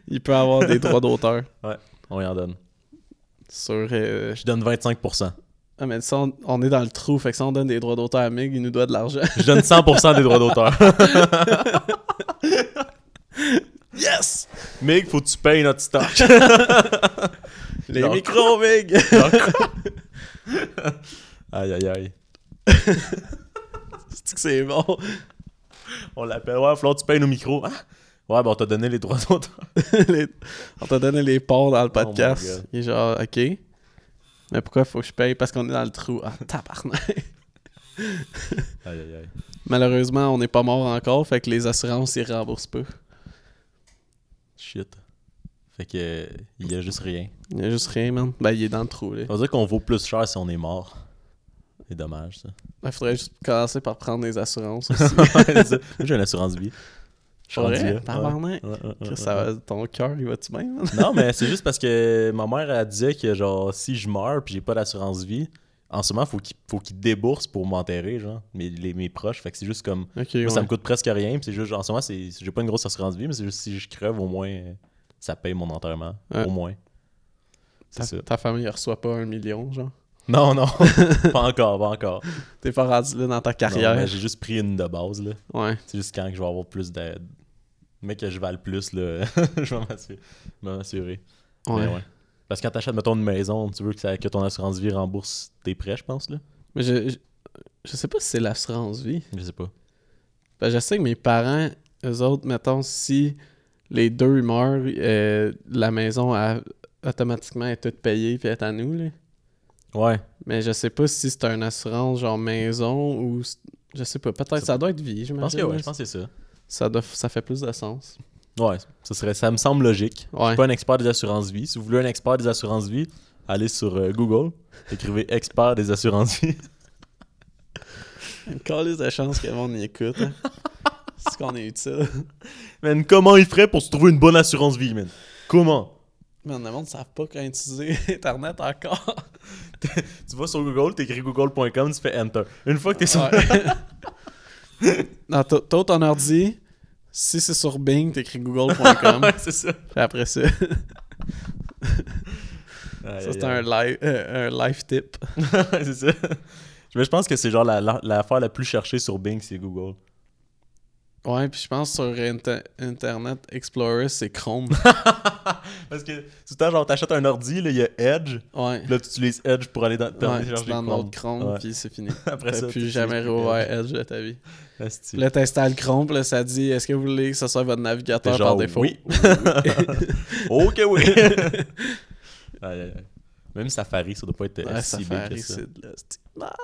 Il peut avoir des droits d'auteur On lui en donne. sur. euh, Je donne 25%. Ah, mais ça, on, on est dans le trou. Fait que si on donne des droits d'auteur à Mig, il nous doit de l'argent. Je donne 100% des droits d'auteur. Yes! Mig, faut que tu payes notre stock. Les Genre- micros, Mig! aïe, aïe, aïe. C'est-tu que c'est bon? On l'appelle, ouais, Flore, tu payes nos micros. Ah! Ouais, ben on t'a donné les droits d'auteur. Les- On t'a donné les ports dans le my podcast. Oh God. Il est genre, OK. Mais pourquoi faut que je paye? Parce qu'on est dans le trou. Ah, tabarnak! Aïe, aïe, aïe. Malheureusement, on n'est pas mort encore. Fait que les assurances, ils remboursent pas. Shit. Fait que, euh, il y a juste rien. Il y a juste rien, man. Ben, il est dans le trou, là. Ça veut dire qu'on vaut plus cher si on est mort. C'est dommage, ça. Il Ben, faudrait juste commencer par prendre les assurances aussi. Ouais, ça. Moi, j'ai une assurance vie. Je suis Pour rendu vrai? là. Tabarnak! Ouais, ouais, ouais, Chris, ouais, ça ouais. va- ton cœur, il va-tu bien, man? Non, mais c'est juste parce que ma mère, elle disait que, genre, si je meurs puis j'ai pas d'assurance vie, en ce moment, faut qu'il faut qu'ils déboursent pour m'enterrer, genre, mes, les, mes proches. Fait que c'est juste comme. Ok, Moi, ouais. ça me coûte presque rien. puis c'est juste, genre, en ce moment, c'est- j'ai pas une grosse assurance vie, mais c'est juste si je crève, au moins, euh, ça paye mon enterrement, Ouais. au moins. C'est Ta, ça. ta famille ne reçoit pas un million, genre. Non, non, pas encore, pas encore. T'es pas rendu là dans ta Non, carrière. mais J'ai juste pris une de base, là. Ouais. C'est juste quand que je vais avoir plus d'aide. Mais que je vale plus, là, je vais m'assurer. je vais m'assurer. Mais ouais. ouais. Parce que quand t'achètes, mettons, une maison, tu veux que, ça- que ton assurance vie rembourse tes prêts, je pense, là. Mais je, je, je sais pas si c'est l'assurance vie. Je sais pas. Ben, je sais que mes parents, eux autres, mettons, si les deux ils meurent, euh, la maison a, automatiquement est toute payée puis est à nous. Là. Ouais. Mais je sais pas si c'est une assurance genre maison ou. c'est- Je sais pas. Peut-être Ça- ça doit être vie, Je pense j'imagine. que ouais, là. je pense que c'est ça. ça, doit, ça fait plus de sens. Ouais, ça, serait, ça me semble logique. Je Ouais. suis pas un expert des assurances-vie. Si vous voulez un expert des assurances-vie, allez sur euh, Google, écrivez « expert des assurances-vie Une calice de chance que le monde y écoute. hein. c'est qu'on est utile. ». Man, comment il ferait pour se trouver une bonne assurance-vie, man? Comment? Mais le monde ne savent pas quand utiliser Internet encore. Tu vas sur Google, t'écris google.com, tu fais « enter ». Une fois que t'es sur... Ouais. non, tôt- tôt ton ordi, si c'est sur Bing, t'écris google.com. Ouais, c'est ça. Puis après ça, ça c'est un, live euh, un life tip. c'est ça. Mais je pense que c'est genre la- la- l'affaire la, plus cherchée sur Bing, c'est Google. Ouais, puis je pense sur Inter- Internet Explorer, c'est Chrome. Parce que tout le temps, genre, t'achètes un ordi, là, il y a Edge. Ouais. puis Là, tu utilises Edge pour aller dans, Ouais, chercher tu dans Chrome. l'autre Chrome, Ouais. puis c'est fini. Après T'as ça, plus t'utilises jamais plus réouvert Edge de ta vie. Asti. Puis là, t'installes Chrome, puis là, ça dit est-ce que vous voulez que ce soit votre navigateur T'es par genre, défaut oui. ok, oui. Aïe, aïe, aïe. Même Safari, ça doit pas être euh, Ouais, si big Safari, que ça. c'est de la petite merde.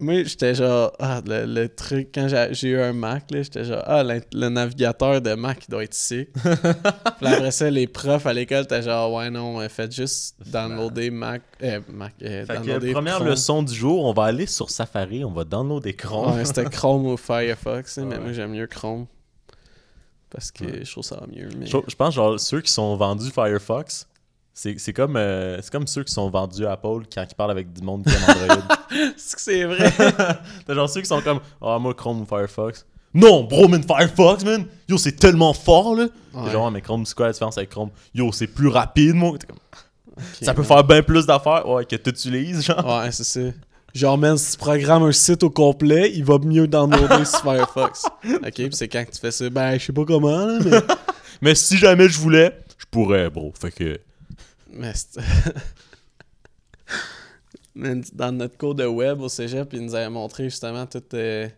Moi, j'étais genre, ah, le, le truc, quand j'ai j'ai eu un Mac, là, j'étais genre, ah, l'in- le navigateur de Mac, il doit être sick. Puis là, après ça, les profs à l'école, étaient genre, ouais, non, euh, faites juste downloader Mac. Euh, Mac euh, Fait que downloader première Chrome. leçon du jour, on va aller sur Safari, on va downloader Chrome. Ouais, c'était Chrome ou Firefox, hein, mais Ouais. moi, j'aime mieux Chrome. Parce que Ouais. je trouve ça mieux. Mais... Je, je pense genre ceux qui sont vendus Firefox, c'est c'est comme, euh, c'est comme ceux qui sont vendus Apple quand ils parlent avec du monde qui aime Android. Est-ce que c'est vrai? T'as genre ceux qui sont comme Ah moi Chrome ou Firefox. Non, bro, man, Firefox, man! Yo, c'est tellement fort, là! T'es Ouais. Genre, Ah, mais Chrome, c'est quoi la différence avec Chrome? Yo, c'est plus rapide, moi! T'es comme, ça Ok, peut ouais. faire bien plus d'affaires, ouais, que t'utilises, genre. Ouais, c'est ça. Genre, man, si tu programmes un site au complet, il va mieux downloader sur Firefox. Ok, puis c'est quand que tu fais ça, ben, je sais pas comment, là, mais. Mais si jamais je voulais, je pourrais, bro. Fait que. mais c'est- Man, dans notre cours de web au cégep, il nous avait montré justement tout. euh,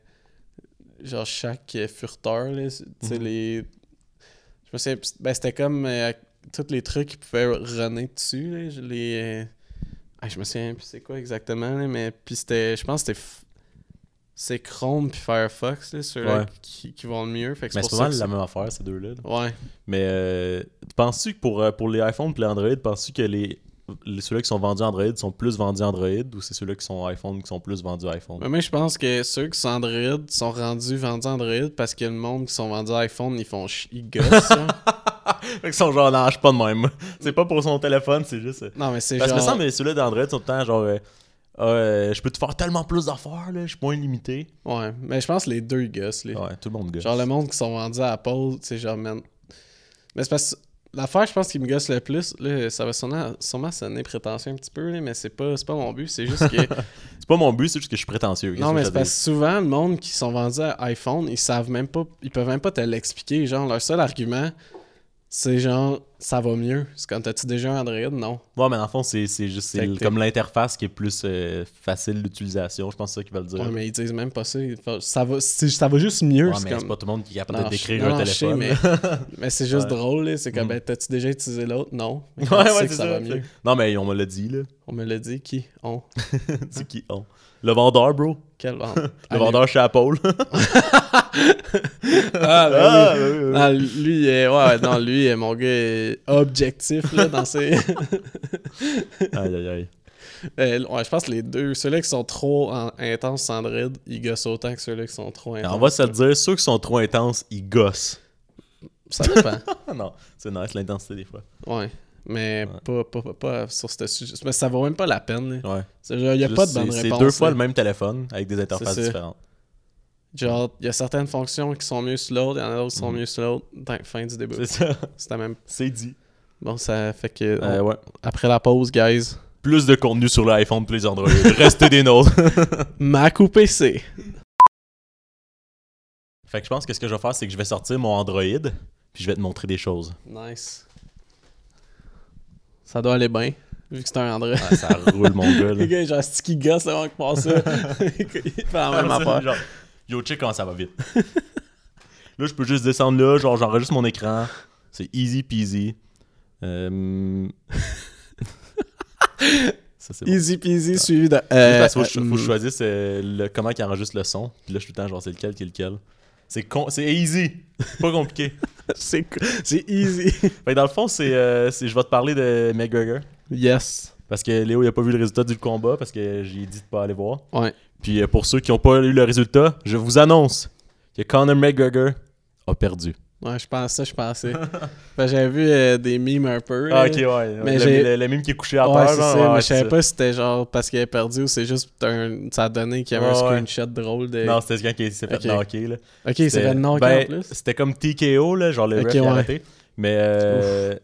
genre, chaque euh, furteur, là. c'est- Tu Mhm. sais, les. Je me souviens, ben, c'était comme euh, tous les trucs qu'ils pouvaient runner dessus, là. je- Les. euh, Ah, je me souviens, plus c'est quoi exactement, là, mais. Puis c'était. Je pense que c'était. f- C'est Chrome puis Firefox, là, ceux-là Ouais. qui, qui vont le mieux. Fait que Mais c'est c'est pour pas ça. mal que la même affaire, ces deux-là. c'est- Ouais. Mais euh, penses-tu que pour, euh, pour les iPhones et les Android, penses-tu que les, les- ceux-là qui sont vendus Android sont plus vendus Android ou c'est ceux-là qui sont iPhone qui sont plus vendus iPhone? Mais moi, je pense que ceux qui sont Android sont rendus vendus Android parce que le monde qui sont vendus iPhone, ils font chi- ils gossent. là. Fait qu'ils sont genre, non, je suis pas de même. c'est pas pour son téléphone, c'est juste. euh, non, mais c'est Parce genre. que me semble que ceux-là d'Android sont tout le temps genre. euh, Ah, euh, je peux te faire tellement plus d'affaires, là, je suis moins limité. Ouais, mais je pense que les deux ils gossent. là. Ouais, tout le monde gosse. Genre, le monde qui sont vendus à Apple, c'est genre, man. Mais c'est parce que l'affaire, je pense, qui me gosse le plus, là, ça va sûrement, sûrement sonner prétentieux un petit peu, là, mais c'est pas, c'est pas mon but. C'est juste que. C'est pas mon but, c'est juste que je suis prétentieux. qu'est-ce non, que mais je c'est te parce que souvent, le monde qui sont vendus à iPhone, ils savent même pas. Ils peuvent même pas te l'expliquer. Genre, leur seul argument, c'est genre, ça va mieux. C'est comme, t'as-tu déjà un Android? Non. Ouais, mais dans le fond, c'est c'est juste c'est Fait que t'es- comme l'interface qui est plus euh, facile d'utilisation. Je pense que c'est ça qu'ils veulent dire. Ouais, mais ils disent même pas ça. Ils font- Ça va, c'est- ça va juste mieux. Ouais, c'est mais comme- c'est pas tout le monde qui est capable Non, de je- décrire non, un je sais, téléphone. mais, mais c'est Ouais. juste drôle. là. C'est comme, Mm. ben, t'as-tu déjà utilisé l'autre? Non. Mais Ouais, quand tu ouais, sais c'est que ça. ça, va tu sais. mieux. Non, mais on me l'a dit, là. On me l'a dit, qui? On. C'est qui ont. Le vendeur, bro. Quel vent? Le vendeur chez Apple. Ah, ben Ah, oui. oui, oui, oui. Non, lui, il est- ouais, ouais, non, lui, il est- mon gars est objectif là, dans ses. Ah. Aïe, aïe, aïe. Euh, ouais, je pense que les deux, ceux-là qui sont trop en- intenses sans dread, ils gossent autant que ceux-là qui sont trop intenses. on va se le dire, ceux qui sont trop intenses, ils gossent. Ça dépend. Ah non, c'est nice l'intensité des fois. ouais. Mais Ouais. Pas, pas, pas, pas sur ce sujet. Mais ça vaut même pas la peine. là. Ouais. C'est genre, Il n'y a pas de Juste, bonne c'est- réponse. C'est deux fois là. le même téléphone avec des interfaces C'est ça. différentes. Genre, il y a certaines fonctions qui sont mieux sur l'autre, il y en a d'autres qui sont mieux sur l'autre. Fin- Fin du débat. Mm. C'est ça. C'était même. C'est dit. Bon, ça fait que. Euh, ouais. Après la pause, guys. Plus de contenu sur l'iPhone plus les Android. Restez des nôtres. Mac ou PC Fait que je pense que ce que je vais faire, c'est que je vais sortir mon Android, puis je vais te montrer des choses. Nice. Ça doit aller bien, vu que c'est un Android. Ah, ça roule, mon gars. là. Les gars, genre, c'est qui gosse avant que passe ça. Il fait la même affaire. Genre, yo, check quand ça va vite. là, je peux juste descendre là, genre, j'enregistre mon écran. C'est easy peasy. Euh... ça, c'est bon. Easy peasy suivi de. Juste euh, parce qu'il faut, que je- euh, faut que je choisisse euh, le, comment qu'il enregistre le son. Puis là, je suis tout le temps genre, c'est lequel qui est lequel. C'est con- c'est easy. Pas compliqué. c'est co- c'est easy. Fait que dans le fond, c'est, euh, c'est- je vais te parler de McGregor. yes. Parce que Léo, il a pas vu le résultat du combat parce que j'ai dit de pas aller voir. Ouais. Puis euh, pour ceux qui n'ont pas eu le résultat, je vous annonce que Conor McGregor a perdu. Ouais, je pense ça, je pensais. Ben, J'avais vu euh, des memes un peu. là. Ah, ok, ouais. Mais le, j'ai- le- le mime qui est couché à Ouais, terre. c'est genre, ça, hein? ouais, mais je c'est savais ça. pas si c'était genre parce qu'il avait perdu ou c'est juste un... ça a donné qu'il y avait un Ouais, ouais. screenshot drôle de. Non, c'était quelqu'un qui s'est fait Ok. knocker. Là. ok, c'est C'était- fait knock ben, en plus. C'était comme TKO, là, genre le Ok, ref il a ouais. arrêté. Mais, euh,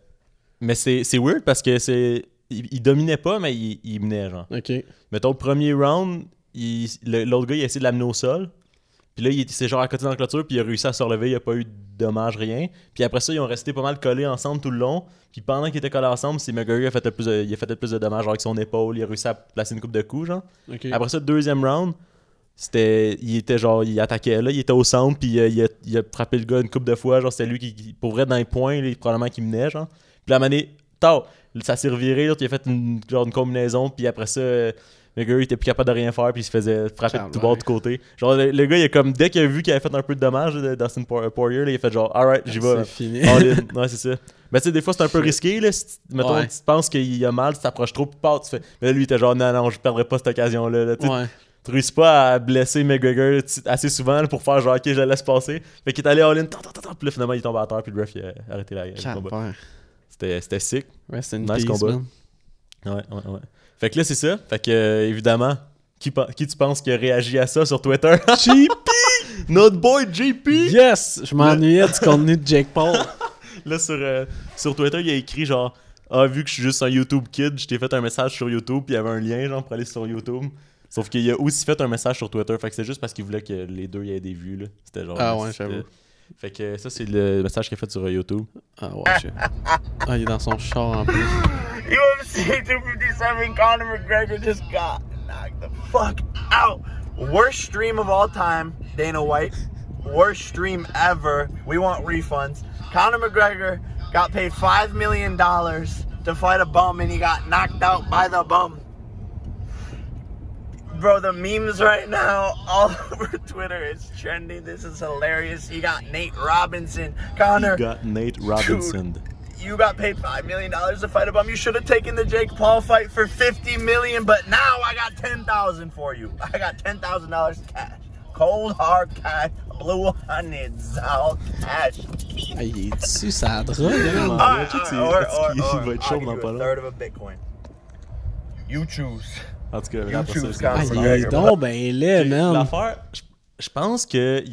mais c'est c'est weird parce que c'est il, il dominait pas, mais il, il menait, genre. Ok. Mettons, le premier round, il- le- l'autre gars, il a essayé de l'amener au sol. Puis là, il était- c'est genre à côté dans la clôture, puis il a réussi à se relever, il n'y a pas eu de dommages, rien. Puis après ça, ils ont resté pas mal collés ensemble tout le long. Puis pendant qu'ils étaient collés ensemble, c'est McGregor qui a fait le plus de, il a fait le plus de dommages, genre avec son épaule, il a réussi à placer une coupe de coups, genre. Ok. Après ça, deuxième round, c'était, il était genre, il attaquait là, il était au centre, puis euh, il, a, il a frappé le gars une coupe de fois, genre c'était lui qui, qui- pour vrai, dans les points, là, probablement qui menait, genre. Puis la manée, tard, ça s'est reviré, l'autre il a fait une, genre une combinaison, puis après ça, euh, le gars il était plus capable de rien faire, puis il se faisait frapper de tout Tabarnak. bord de côté. Genre le, le gars, il a comme, dès qu'il a vu qu'il avait fait un peu de dommages, là, Dustin Por- Poirier, là, il a fait genre, alright, j'y vais. C'est fini. All in. Ouais, c'est ça. Mais tu sais, des fois, c'est un peu risqué. Là, si tu- mettons, Ouais. tu penses qu'il a mal, tu t'approches trop, puis pars, tu fais. Mais là, lui, t'es genre, non, non, je perdrai pas cette occasion-là. là. Tu sais, ouais. tu réussis pas à blesser McGregor tu- assez souvent là, pour faire genre, ok, je la laisse passer. Fait qu'il est allé all-in, tant, tant, tant, tant, puis là, finalement, il tombe à terre, puis le ref, il a arrêté la le combat. Calvaire. C'était c'était sick. Rest in Nice peace, combat. man. Ouais, ouais, ouais. Fait que là, c'est ça. Fait que, euh, évidemment, qui, pen- qui tu penses qui a réagi à ça sur Twitter JP Notre boy JP Yes! Je m'ennuyais du contenu de Jake Paul. Là, sur, euh, sur Twitter, il a écrit genre Ah, vu que je suis juste un YouTube kid, je t'ai fait un message sur YouTube, puis il y avait un lien genre pour aller sur YouTube. Sauf qu'il a aussi fait un message sur Twitter, fait que c'est juste parce qu'il voulait que les deux y aient des vues. là. C'était genre. Ah ouais, c'était- j'avoue. Fait que ça, c'est le message qu'il a fait sur euh, YouTube. Ah ouais, je- Ah, il est dans son char en plus. UFC 257 Conor McGregor just got knocked the fuck out. Worst stream of all time, Dana White. Worst stream ever. We want refunds. Conor McGregor got paid $5 million to fight a bum and he got knocked out by the bum. Bro, the memes right now all over Twitter is trending. This is hilarious. You got Nate Robinson. Conor, You got Nate Robinson. you got paid five million dollars to fight a bum. You should have taken the Jake Paul fight for fifty million, but now I got ten thousand for you. I got ten thousand dollars cash, cold hard cash, blue hundreds, all cash. Ah, il est dessus, ça drogue, Ah, hein? All right, tu sais, all right, est-ce all right, qu'il all va right. être chaud I'll give dans you pas a long? third of a Bitcoin. You choose. En tout cas, You après ça, choose, c'est- Ah, Conor. il est donc ben laid, man. L'affaire, je- je pense qu'il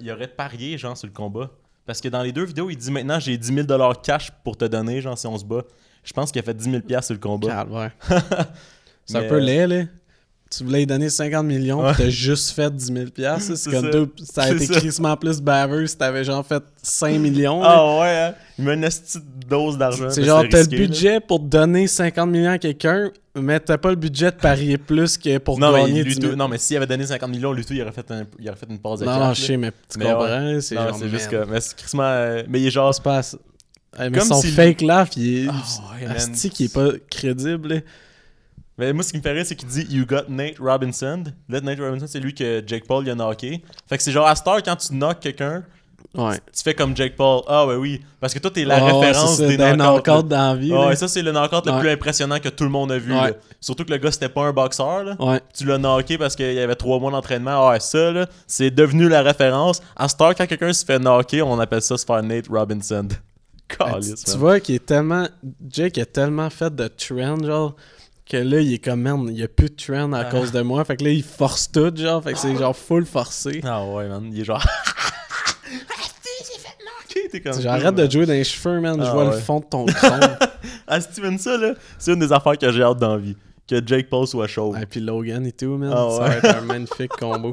y aurait parié, genre, sur le combat. Parce que dans les deux vidéos, il dit maintenant j'ai 10 000 cash pour te donner, genre, si on se bat. Je pense qu'il a fait 10 000 sur le combat. Calvaire. C'est un Mais, peu euh, laid, là. Tu voulais lui donner 50 millions, pis t'as juste fait 10 000 piastres. là. C'est C'est comme ça. deux... Ça a C'est été ça. crissement plus baveux si t'avais genre fait 5 millions. là. Ah ouais, hein? il met une petite dose d'argent. C'est mais genre, t'as le risqué, là. budget pour te donner 50 millions à quelqu'un, mais t'as pas le budget de parier plus que pour Non, mais gagner lui 10 000. tout, non, mais s'il avait donné 50 millions, lui tout, il aurait fait, un- il aurait fait une passe de non, cash, non, là. je sais, mais tu Mais comprends, ouais. hein, c'est Non, genre, c'est man, juste que. Mais c'est crissement, euh, Mais il est genre. ça se passe. Hey, mais Comme son si- fake laugh, il est... Ah, ouais, man. Asti qui est pas crédible, là. Mais moi, ce qui me fait rire, c'est qu'il dit You got Nate Robinson. Là, Nate Robinson, c'est lui que Jake Paul il a knocké. Fait que c'est genre à cette heure, quand tu knocks quelqu'un, Ouais. tu fais comme Jake Paul. Ah ouais oui, parce que toi t'es la Ah Ouais, ouais, référence c'est ça, des d'un knockouts. knockout dans la vie, Ah, là. ouais, ça c'est le knockout Ouais. le plus impressionnant que tout le monde a vu. là. Ouais. Surtout que le gars c'était pas un boxeur. Là. Ouais. Tu l'as knocké parce qu'il y avait trois mois d'entraînement. Ah ouais, ça là, c'est devenu la référence. À cette heure, quand quelqu'un se fait knocker, on appelle ça se faire Nate Robinson. Ah, Calisse, tu, tu man. vois qu'il est tellement. Jake a tellement fait de trend, genre. que là, il est comme, man, il y a plus de trend à cause de moi. Fait que là, il force tout, genre. Fait que c'est genre full forcé. Ah ouais, man. Il est genre. Asti, j'ai fait manquer. T'es comme. C'est genre, Arrête de jouer dans les cheveux, man. je Ah vois le ouais. fond de ton crâne. Ah, Steven, ça, là, c'est une des affaires que j'ai hâte d'envie. Que Jake Paul soit chaud. Et Ah, puis Logan et tout, man. Ah Ça ouais. va être un magnifique combo.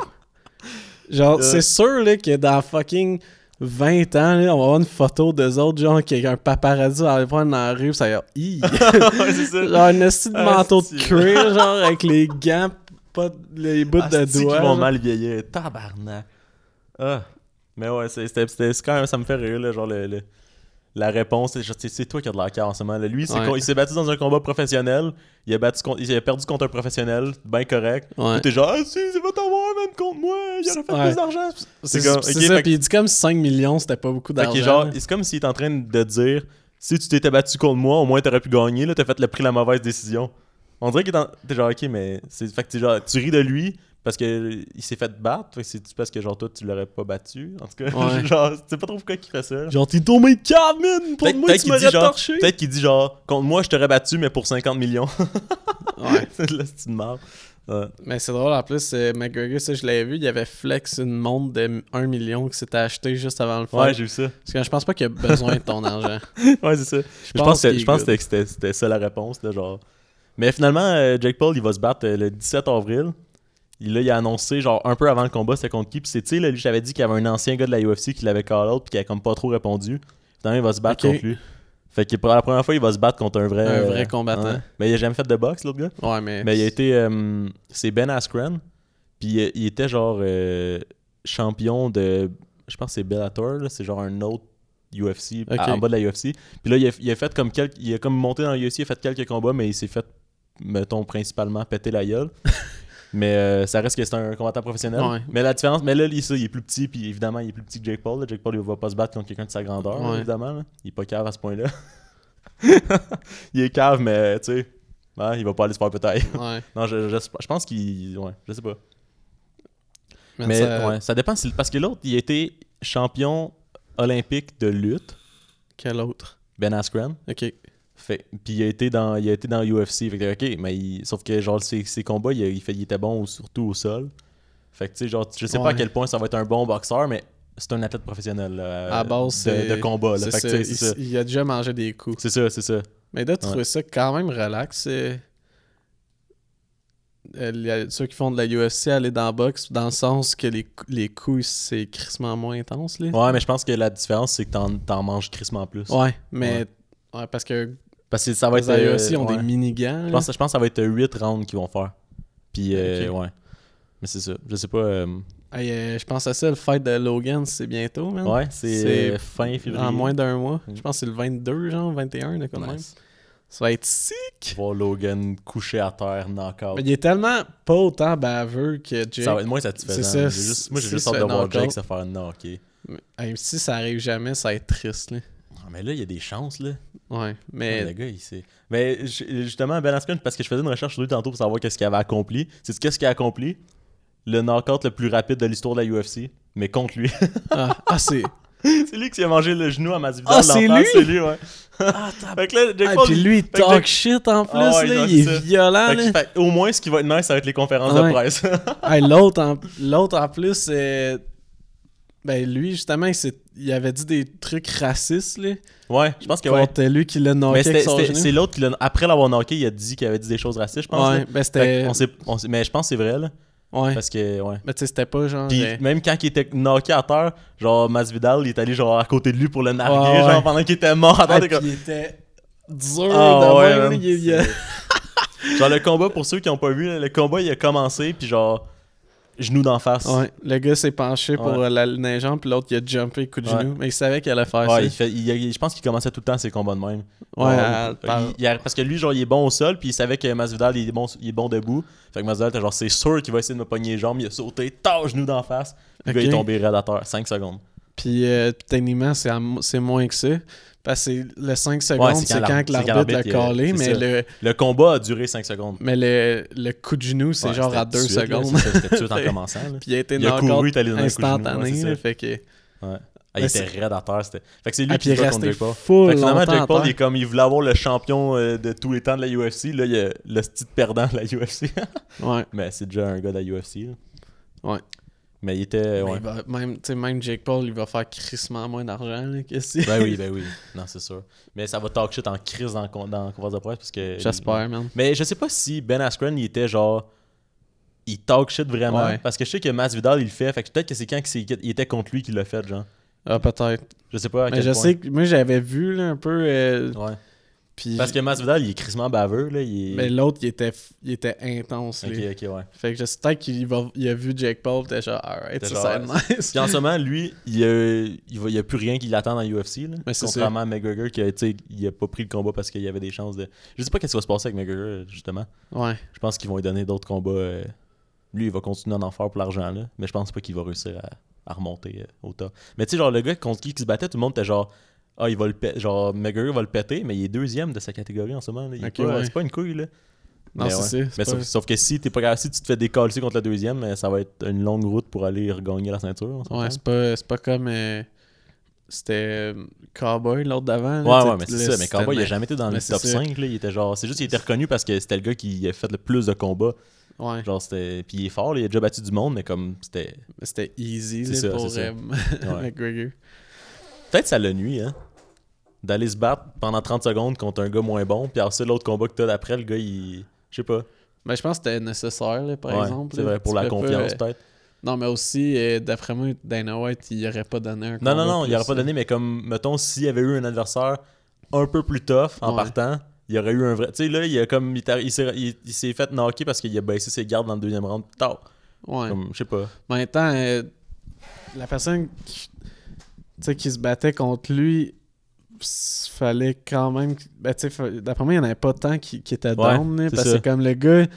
Genre, Euh. c'est sûr là, que dans fucking 20 ans, là, on va avoir une photo d'eux autres, genre, qu'un paparazzi va aller voir dans la rue, pis ça va Hi! ouais, c'est ça. Genre, un esti de Ah, manteau de si. cuir, genre, avec les gants, pas de- les bouts Ah, de c'est-tu doigts. qu'ils vont genre. mal vieillir. Tabarnak. Ah. Mais ouais, c'est c'était- c'était- c'est quand même, ça me fait rire, là, genre, le, le- la réponse. c'est genre, C'est c'est toi qui as de la carte en ce moment. là. Lui, c'est Ouais. con- il s'est battu dans un combat professionnel. Il a, battu, con- il a perdu contre un professionnel, bien correct. Ouais. T'es genre, ah, si, c'est pas t'avoir, man, contre moi. Il aurait fait Ouais. plus d'argent. C'est C'est comme- c'est ok, ça, fait- puis il dit comme 5 millions, c'était pas beaucoup Fait d'argent. que genre, là. c'est comme s'il est en train de dire si tu t'étais battu contre moi, au moins t'aurais pu gagner, là, t'as fait le prix de la mauvaise décision. On dirait qu'il est en... T'es genre, ok, mais. C'est... Fait que t'es genre, tu ris de lui parce que il s'est fait battre, fait que c'est parce que genre toi tu l'aurais pas battu. En tout cas, Ouais. genre, tu sais pas trop pourquoi il fait ça. Genre, t'es tombé de cave, man! Pour Peut-être, moi, peut-être qu'il tu dit m'aurais genre, torché! peut-être qu'il dit genre, contre moi je t'aurais battu, mais pour 50 millions. Ouais. c'est de la petite marre. Ouais. Mais c'est drôle, en plus, euh, McGregor, ça, je l'avais vu, il avait flex une montre de 1 million qu'il s'était acheté juste avant le Ouais, fight. j'ai vu ça. Parce que je pense pas qu'il a besoin de ton argent. ouais, c'est ça. Je pense pense, que- qu'il est je pense good. que c'était- c'était ça la réponse. là, genre. Mais finalement, euh, Jake Paul, il va se battre euh, le 17 avril. Il, là, il a annoncé, genre, un peu avant le combat, c'était contre qui. Puis c'est, tu sais, là, lui, j'avais dit qu'il y avait un ancien gars de la UFC qui l'avait call out, puis qui a comme pas trop répondu. Finalement, il va se battre Ok. contre lui. Fait que pour la première fois, il va se battre contre un vrai. euh, Un vrai combattant. Mais il a jamais fait de boxe, l'autre gars. Ouais, mais. Mais il a été. euh, c'est Ben Askren. Puis euh, il était genre euh, champion de. Je pense que c'est Bellator. là, C'est genre un autre UFC. Ok. à- En bas de la UFC. Puis là, il a, il a fait comme. quelques- il a comme monté dans la UFC, il a fait quelques combats, mais il s'est fait, mettons, principalement péter la gueule. mais euh, ça reste que c'est un combattant professionnel. Ouais. Mais la différence. Mais là, il, ça, il est plus petit. Puis évidemment, il est plus petit que Jake Paul. là. Jake Paul, il va pas se battre contre quelqu'un de sa grandeur, là, Ouais. évidemment. là. Il est pas cave à ce point-là. il est cave, mais tu sais. ouais, il va pas aller se faire péter. Ouais. Non, je, je, je pense qu'il. Ouais, je sais pas. Mais, Mais ça- euh, ouais, ça dépend. si- parce que l'autre, il était champion olympique de lutte, Quel autre Ben Askren. Ok. Fait, puis il a été dans, il a été dans UFC. Fait que, ok, mais il- sauf que genre ses, ses combats, il, a- il fait, il était bon au- surtout au sol. Fait que tu sais, genre, je sais pas à Ouais. quel point ça va être un bon boxeur, mais c'est un athlète professionnel là, à la base, c'est. de, de combat. là. c'est Fait que, ça, tu sais, c'est ça. Il, il a déjà mangé des coups. C'est ça, c'est ça. Mais de trouver ça quand même relax, c'est. Euh, les- Ceux qui font de la UFC aller dans la boxe, dans le sens que les, cou- les coups, c'est crissement moins intense. Là. Ouais, mais je pense que la différence, c'est que t'en, t'en manges crissement plus. Ouais, mais. Ouais, parce que Parce que ça va être. les euh, UFC ont ouais. des mini-gants. Je là. pense, je pense que ça va être 8 rounds qu'ils vont faire. Puis, euh, Ok. ouais. Mais c'est ça. Je sais pas. euh, Hey, euh, je pense à ça, le fight de Logan, c'est bientôt, man. ouais, c'est euh, fin février. En moins d'un mois. Mm. Je pense que c'est le 22, genre, 21, là, quand même. Nice. Ça va être sick! Voir Logan couché à terre, knock-out. Mais il est tellement pas autant baveux que Jake. Ça va être moins satisfaisant. C'est ça, J'ai juste- moi, j'ai si juste ça hâte de fait voir knock-out. Jake se faire knocker. Mais, hey, si ça arrive jamais, ça va être triste, là. Ah, mais là, il y a des chances, là. Ouais, Ouais, mais... Le gars, il sait. Mais ju- justement, Ben Askren, parce que je faisais une recherche sur lui tantôt pour savoir qu'est-ce qu'il avait accompli. C'est qu'est-ce qu'il a accompli Le knock-out le plus rapide de l'histoire de la UFC, mais contre lui. ah, ah, c'est... c'est lui qui a mangé le genou à Masvidal. Ah, c'est dans la face, lui? C'est lui, ouais. Ah, t'as- Fait que là, Jake Ah, Paul, puis lui, il fait que Jake- talk shit en plus, Ah ouais, là. genre, Il est c'est ça. violent, Fait que- Hein, là. fait que au moins, ce qui va être nice, ça va être les conférences Ouais. de presse. Hey, l'autre, en... l'autre en plus, c'est... Ben, lui, justement, il, s'est- il avait dit des trucs racistes, là. ouais, je pense que ouais. C'était lui qui l'a knocké Mais c'était- avec son c'était- genou. c'est l'autre qui, l'a- après l'avoir knocké, il a dit qu'il avait dit des choses racistes, je pense. Ouais, là. ben Fait c'était. qu'on sait- on sait- mais je pense que c'est vrai, là. Ouais. Parce que, ouais. Mais tu sais, c'était pas genre. Puis euh, même quand il était knocké à terre, genre Masvidal, il est allé genre à côté de lui pour le narguer, Ouais, ouais. genre pendant qu'il était mort. Attends, ah, t'es puis comme- il était dur Ah, de ouais, même, man. là, il- il- Genre le combat, pour ceux qui n'ont pas vu, là, le combat, il a commencé, puis genre, genou d'en face. Ouais, le gars s'est penché pour Ouais. euh, la neigeante, puis l'autre il a jumpé, coup de Ouais. genou. Mais il savait qu'il allait faire Ouais, il ça. fait- il- il- je pense qu'il commençait tout le temps ses combats de même. Ouais, Genre, à- il- par- il- il a- parce que lui, genre, il est bon au sol, puis il savait que Masvidal, il est bon, il est bon debout. Fait que Masvidal, était genre, c'est sûr qu'il va essayer de me pogner les jambes. Il a sauté, tâche genou d'en face. Puis Le gars, il Ok. est tombé raide à terre, 5 secondes. Puis euh, puis techniquement, c'est à mo- c'est moins que ça. Parce que c'est- le 5 secondes, c'est c'est quand quand, l'arbitre- que c'est quand l'arbitre l'a l'arbitre, il a- collé, c'est mais ça. le, Le combat a duré 5 secondes. mais le, le coup de genou, c'est Ouais, genre c'était à tout 2 de suite, là, secondes. c'est ça, C'était tout de suite en commençant. là. puis il a été Il a knock-out couru, il est allé dans un coup de genou, ouais, instantané. c'est ça. là, fait que. Ouais. Ah, il Mais était c'est- raide à terre. c'était- Fait que c'est lui Ah, qui puis il est bat contre resté Jake Paul. full Fait que finalement, longtemps à Jake Paul, terre. il, est comme, il voulait avoir le champion euh, de tous les temps de la UFC. Là, il y a le petit perdant de la UFC. Ouais, Mais c'est déjà un gars de la UFC. là. ouais. Mais il était. Mais Ouais. il va- même, tu sais, même Jake Paul, il va faire crissement moins d'argent là, que si. Ben oui, ben oui. Non, c'est sûr. Mais ça va talk shit en crise dans, con- dans la conférence de presse. parce que- J'espère, man. Mais je sais pas si Ben Askren, il était genre. Il talk shit vraiment. Ouais. Parce que je sais que Masvidal, il le fait. Fait que peut-être que c'est quand que c'est- il était contre lui qu'il l'a fait, genre. Ah, peut-être. Je sais pas à Mais quel je point. sais que moi, j'avais vu là, un peu. euh, Ouais. puis- Parce que Masvidal, il est crissement baveux, là. Il est... Mais l'autre, il était, f- il était intense. Ok, lui. ok, ouais. Fait que je sais peut-être qu'il va- il a vu Jake Paul, pis t'es genre, alright, T'es ça, genre, ça va être nice. Puis en ce moment, lui, il n'y il va- il y a plus rien qui l'attend dans UFC. Là. Mais c'est Contrairement à McGregor, qui a, tu sais, il a pas pris le combat parce qu'il y avait des chances de. Je sais pas qu'est-ce qui va se passer avec McGregor, justement. Ouais. Je pense qu'ils vont lui donner d'autres combats. euh. Lui, il va continuer à en faire pour l'argent, là. Mais je pense pas qu'il va réussir à, à remonter euh, au top. Mais tu sais, genre, le gars contre qui il se battait, tout le monde était genre. Ah, il va le péter. Genre, McGregor va le péter, mais il est deuxième de sa catégorie en ce moment. là. Il est Ok, pas- ouais. C'est pas une couille, là. Non, mais c'est ouais. c'est- c'est Mais pas- sauf, sauf que si t'es pas capable- si tu te fais décalcer contre le deuxième, euh, ça va être une longue route pour aller regagner la ceinture. on s'entend. Ouais, c'est pas, c'est pas comme. euh, C'était euh, Cowboy, l'autre d'avant. là, Ouais, ouais, t'sais, mais c'est le- ça. Mais c'était Cowboy, il a nice. jamais été dans Mais le c'est top ça. 5. Là. Il était genre. C'est juste qu'il était reconnu parce que c'était le gars qui a fait le plus de combats. Ouais, Genre, c'était. Puis il est fort, là, il a déjà battu du monde, mais comme c'était. mais c'était easy C'est là, ça, c'est pour ça. euh, Ouais. McGregor. Peut-être ça le nuit, hein. D'aller se battre pendant 30 secondes contre un gars moins bon. Puis ensuite, l'autre combat que t'as d'après, le gars, il. Je sais pas. Mais je pense que c'était nécessaire, là, par Ouais, exemple. C'est là, vrai, pour tu la peux pas, confiance, euh, peut-être. Non, mais aussi, euh, d'après moi, Dana White, il aurait pas donné un Non, combat non, non, il plus, aurait pas donné, mais comme, mettons, s'il y avait eu un adversaire un peu plus tough en Ouais. partant, partant, il y aurait eu un vrai. Tu sais, là, il, a comme, il, t'a- il s'est, il- il s'est fait knocker parce qu'il a baissé ses gardes dans le deuxième round. Tard. euh, Ouais. Comme, je sais pas. Mais en même temps, euh, la personne qui, tu sais, qui se battait contre lui, s- fallait quand même. que- Ben, tu sais, fa- d'après moi, il n'y en avait pas tant qui, qui était down. là, c'est parce ça. que comme le gars,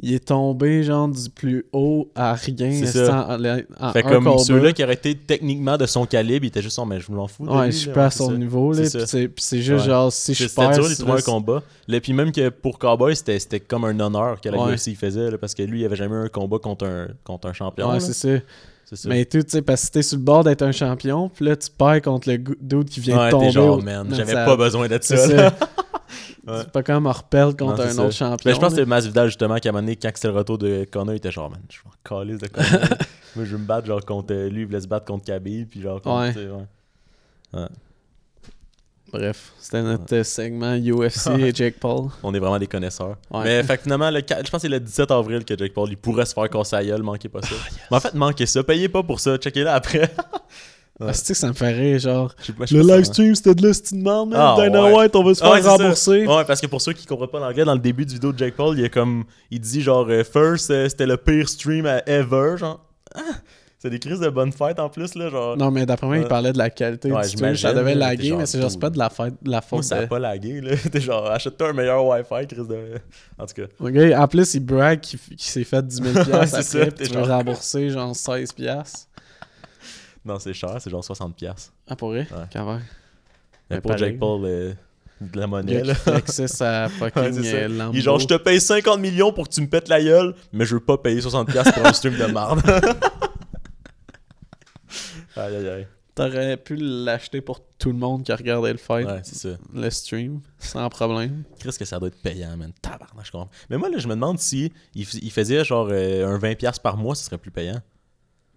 il est tombé genre du plus haut à rien. C'est est-ce, ça. En, en- en Fait Ah, un comme combat. ceux-là qui auraient été techniquement de son calibre, ils étaient juste, oh, mais je m'en fous. de Ouais, lui, je suis là, pas à c'est son ça. niveau. Là, C'est ça. puis c'est- puis c'est juste Ouais. genre, si je C'était perds. dur, les c'est- trois combats. Là, puis même que pour Cowboy, c'était, c'était comme un honneur que la Ouais. UFC faisait, là, parce que lui, il avait jamais eu un combat contre un, contre un champion. Ouais, là. c'est c'est, ça. ça. Mais tout, tu sais, parce que t'es sur le bord d'être un champion, puis là, tu perds contre le go- dude qui vient Ouais, de t'es tomber. genre, au- man, Non, j'avais ça- pas besoin d'être C'est ça. là. ça. Ouais. C'est pas comme Orpel contre Non, c'est un ça. autre champion. Mais je pense que là. c'est Masvidal justement qui a mené quand c'est le retour de Connor, il était genre man, je suis en calice de Connor. Moi je veux me battre genre contre euh, lui, il voulait se battre contre Khabib puis genre contre Ouais. tu sais, ouais. Bref, c'était notre euh, segment UFC et Jake Paul. On est vraiment des connaisseurs. Ouais. Mais fait que finalement le, qua- je pense que c'est le 17 avril que Jake Paul il pourrait se faire casser la gueule, manquez pas ça. Mais en fait, manquez ça, payez pas pour ça, checkez là après. Ouais. Ah, c'est-tu que ça me ferait genre. Je sais pas, je Le sais pas live ça, hein. stream, c'était de la petite merde, man. Ah, Dana ouais. White, on va se Ah, ouais, faire c'est ça. rembourser. Ouais, parce que pour ceux qui comprennent pas l'anglais, dans le début du vidéo de Jake Paul, il est comme il dit genre euh, first euh, c'était le pire stream à ever genre. Ah! c'est des crises de bonne fête en plus là genre Non, mais d'après moi, il Ouais. parlait de la qualité Ouais, du Twitch. j'imagine, Ça devait là, t'es laguer, genre, mais c'est genre, c'est pas de la, fête, de la Moi, faute. ça a de- pas lagué, là. T'es genre, achète-toi un meilleur Wi-Fi, Chris de. En tout cas. Le gars, en plus, il brague qu'il f- qu'il s'est fait 10 000 Ouais, piastres c'est ça, après, puis t'es tu veux genre- rembourser genre 16 piastres. Non, c'est cher, c'est genre 60$. Ah, pour vrai? Ouais. Quand même. Mais, Mais pour pareil. Jake Paul, euh, de la Le monnaie, gars là. qui fait accès à Ouais, fucking c'est ça. euh, Lambo. Il est genre, je te paye 50 millions pour que tu me pètes la gueule, mais je veux pas payer 60$ pour un stream de merde. aïe, aïe, aïe. T'aurais pu l'acheter pour tout le monde qui regardait le fight. Ouais, c'est ça. le stream sans problème. Chris, que ça doit être payant, man. Tabarnak, je comprends. Mais moi, là, je me demande si il, f- il faisait genre euh, un 20$ par mois, ce serait plus payant.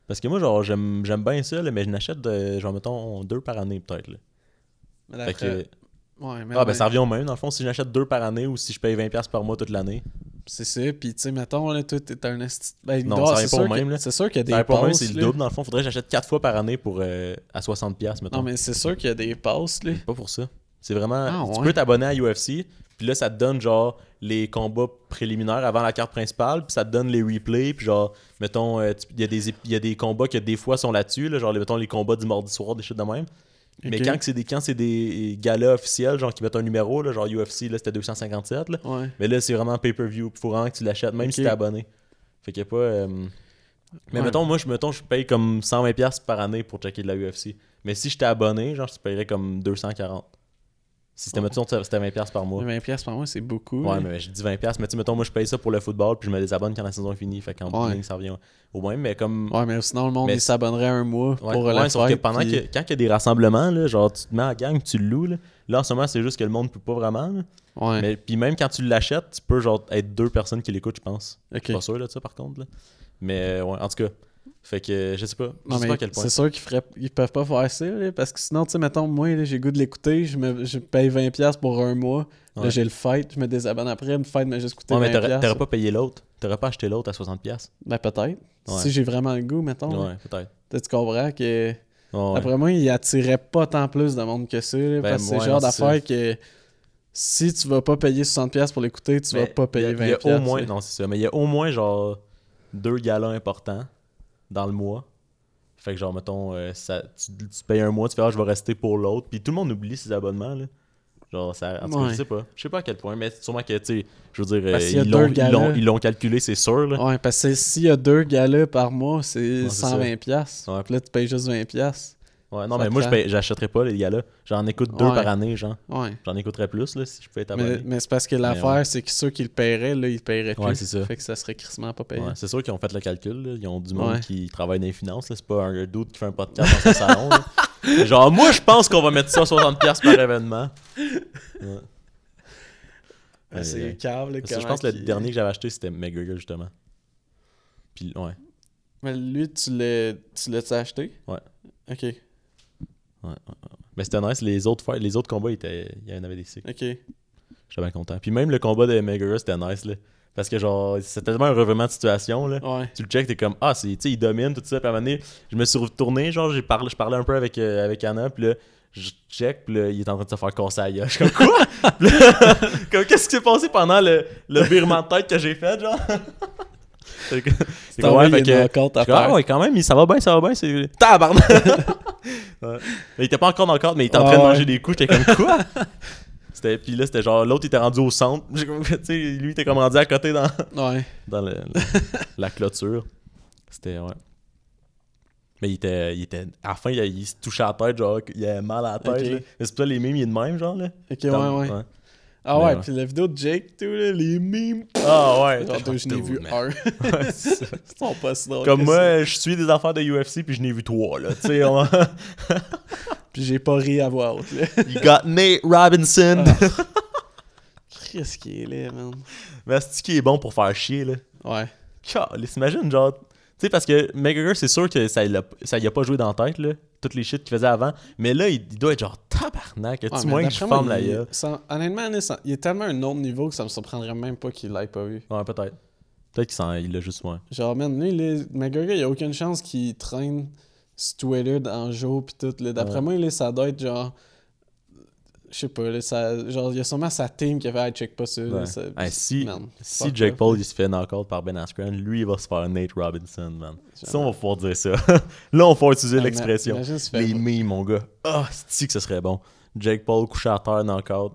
Parce que moi, genre, j'aime j'aime bien ça, là, mais je n'achète, euh, genre, mettons, deux par année, peut-être. là. Mais Fait d'après- que. ouais, mais Ah, ben Euh, ouais, ça revient au même, dans le fond, si j'achète deux par année ou si je paye 20$ par mois toute l'année. c'est ça. Puis tu sais, mettons, là, toi, t'es un esti- ben, Non, doit- ça revient c'est pas au sûr que- même, là. C'est sûr qu'il y a des Ben, pour moi, passes. c'est le là. double, dans le fond, faudrait que j'achète quatre fois par année pour euh, à 60$, mettons. Non, mais c'est sûr qu'il y a des passes, là. Pas pour ça. C'est vraiment. Ah, tu ouais. peux t'abonner à UFC, puis là, ça te donne genre les combats préliminaires avant la carte principale, puis ça te donne les replays, puis genre, mettons, euh, tu- il y, a des ép- il y a des combats que des fois sont là-dessus, là, genre, les- mettons, les combats du mardi soir, des shit de même. Mais Ok. quand que c'est des, quand c'est des galas officiels, genre, qui mettent un numéro, là, genre UFC, là, c'était 257, là. Ouais. Mais là, c'est vraiment pay-per-view. Faut vraiment que tu l'achètes, même Ok. si t'es abonné. Fait qu'il y a pas. euh, Mais Ouais. mettons, moi, je, mettons, je paye comme 120$ par année pour checker de la UFC. Mais si j'étais abonné, genre, je paierais comme 240. Si c'était, mettons, c'était 20$ par mois. 20$ par mois, c'est beaucoup. Ouais, là. mais je dis 20$, mais tu sais, mettons, moi, je paye ça pour le football, puis je me désabonne quand la saison est finie. Fait qu'en bout de Ouais. ligne, ça revient au même, mais comme. Ouais, mais sinon, le monde, Mais- il s'abonnerait un mois Ouais, pour ouais, la sauf que fête, pendant puis- que, quand il y a des rassemblements, là, genre, tu te mets en gang, tu le loues. Là, Là, en ce moment, c'est juste que le monde peut pas vraiment. là. Ouais, Mais puis même quand tu l'achètes, tu peux genre être deux personnes qui l'écoutent, je pense. Je suis ok. pas sûr là, de ça, par contre. là. Mais euh, ouais, en tout cas. Fait que euh, je sais pas. Je Non, sais mais pas à quel point. C'est sûr qu'ils feraient... ils peuvent pas faire ça, là, parce que sinon, tu sais, mettons, moi, là, j'ai goût de l'écouter, je, me... je paye 20$ pour un mois, là, Ouais. j'ai le fight, je me désabonne après, le fight m'a juste coûté Ouais, mais 20$. t'aurais t'aurais pas payé l'autre. T'aurais pas acheté l'autre à 60$. Ben, peut-être. Ouais. Si j'ai vraiment le goût, mettons. là. Ouais, peut-être. Tu comprends que... Ouais, ouais. Après moi, il attirait pas tant plus de monde que ça. là, parce que c'est ouais, le non, genre c'est d'affaire que si tu vas pas payer 60$ pour l'écouter, tu Mais vas pas payer il Ben, y a- 20$. il y a au moins, là. non, c'est ça. Mais il y a au moins genre deux galas importants dans le mois. Fait que genre, mettons, euh, ça, tu, tu payes un mois, tu fais ah, je vais rester pour l'autre. Puis tout le monde oublie ses abonnements là. Genre, ça, en tout cas, Ouais. je sais pas. Je sais pas à quel point, mais sûrement que, tu sais, je veux dire, Parce euh, qu'il y a ils l'ont- deux ils galas. l'ont- ils l'ont calculé, c'est sûr. Là. Ouais, parce que s'il y a deux galas par mois, c'est Ouais, c'est ça. 120$. pièces Ouais. Là, tu payes juste 20$. Ouais, non, Ça mais te moi, je prend. paye- j'achèterais pas les gars-là. J'en écoute deux Ouais. par année, genre. Ouais. J'en écouterais plus, là, si je pouvais être Mais, abonné. mais c'est parce que l'affaire, Ah, ben, ouais. c'est que ceux qui le paieraient, là, ils le paieraient plus. Ouais, c'est ça. Fait que ça serait crissement pas payé. Ouais, c'est sûr qu'ils ont fait le calcul. là. Ils ont du monde Ouais. qui travaille dans les finances. là. C'est pas un doute qui fait un podcast dans son salon. là. Genre, moi, je pense qu'on va mettre ça à 60$ par événement. Ouais. Ah, Aïe, C'est aïe. câble, Parce que Je pense que le dernier que j'avais acheté, c'était McGregor, justement. Puis, ouais. Mais lui, tu l'as- tu l'as-tu acheté? Ouais. Ok, Mais c'était nice. Les autres, fois- les autres combats, étaient- il y en avait des cycles. ok. J'étais bien content. Puis même le combat de McGregor, c'était nice. Là. Parce que, genre, c'était tellement un revirement de situation. Là. Ouais. tu le check, t'es comme ah, c'est, tu sais, il domine, tout ça. Puis à un moment donné, je me suis retourné, genre, j'ai parlé, je parlais un peu avec, euh, avec Anna, puis là, je check, puis là, il est en train de se faire casser la gueule. Je suis comme quoi Puis là, Comme qu'est-ce qui s'est passé pendant le, le virement de tête que j'ai fait, genre C'est que- c'est comme, ouais, fait que- compte je suis comme, ah ouais, quand même, il- ça va bien, ça va bien, c'est. Tabarnak! Ouais. Mais il était pas encore dans le cadre, mais il était en Ah train de ouais. manger des coups, j'étais comme quoi? C'était, puis là, c'était genre, l'autre il était rendu au centre, J'ai comme, tu sais, lui il était comme rendu à côté dans, Ouais. dans le- le- la clôture. C'était, ouais. Mais il était, il était, à la fin, il, il se touchait à la tête, genre, il avait mal à la tête. Ok. là. Mais c'est pour ça, les mimes, il est de même, genre, là. Ok, ouais, Dans- ouais. Ah ouais, Mais ouais. puis la vidéo de Jake, tout, là, les mimes. Ah ouais. Genre, deux, je n'ai vu Man. un. Ouais, c'est ça. Ils sont pas si drôles Comme que moi, ça. je suis des affaires de UFC, puis je n'ai vu trois, là. Tu sais, on- Puis j'ai pas ri à voir. là. You got Nate Robinson. Ah. Qu'est-ce qu'il est laid, man. Mais c'est qui est bon pour faire chier, là. Ouais. Calisse, imagine, genre. Tu sais, parce que McGregor, c'est sûr que ça, l'a- ça y a pas joué dans la tête, là. Toutes les shit qu'il faisait avant. Mais là, il, il doit être genre tabarnak. Ouais, As-tu mais moyen que je d'après forme moi, la il- gueule? ça- honnêtement, là, ça- il est tellement un autre niveau que ça me surprendrait même pas qu'il l'ait pas vu. Ouais, peut-être. Peut-être qu'il s'en- il l'a juste moins. Genre, man, lui, là, McGregor, il y a aucune chance qu'il traîne sur Twitter dans jour pis tout. là. D'après Ouais. moi, là, ça doit être genre. Je sais pas, là, ça, genre, il y a sûrement sa team qui a fait, hey, check pas ça. là, Ouais. ça- Hey, si man, si fuck Jake off. Paul il se fait knock-out par Ben Askren, lui il va se faire Nate Robinson, man. Ça, on va pouvoir dire ça. Là, on va pouvoir utiliser Ouais, mais l'expression. imagine se faire- Les mimes, mon gars. Ah, c'est que ce serait bon. Jake Paul couché à terre, knock-out.